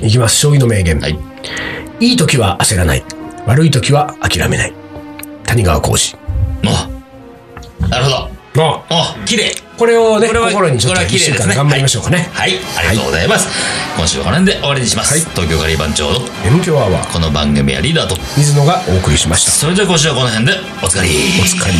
[SPEAKER 1] いきます、将棋の名言。
[SPEAKER 2] はい。
[SPEAKER 1] いい時は焦らない。悪い時は諦めない。谷川浩司。
[SPEAKER 2] おなるほど。
[SPEAKER 1] あ
[SPEAKER 2] お綺麗。
[SPEAKER 1] これをね、
[SPEAKER 2] これは
[SPEAKER 1] 心にちょっ
[SPEAKER 2] ことれは
[SPEAKER 1] 一
[SPEAKER 2] 綺
[SPEAKER 1] 週
[SPEAKER 2] 麗です
[SPEAKER 1] 間
[SPEAKER 2] ね
[SPEAKER 1] 頑張りましょうかね。
[SPEAKER 2] はい。ありがとうございます。今週はこの辺で終わりにします。東京ガリバン長の
[SPEAKER 1] M 強アワー。
[SPEAKER 2] この番組はリーダーと。
[SPEAKER 1] 水野がお送りしました。
[SPEAKER 2] それでは今週はこの辺で、おつかり。おつかり。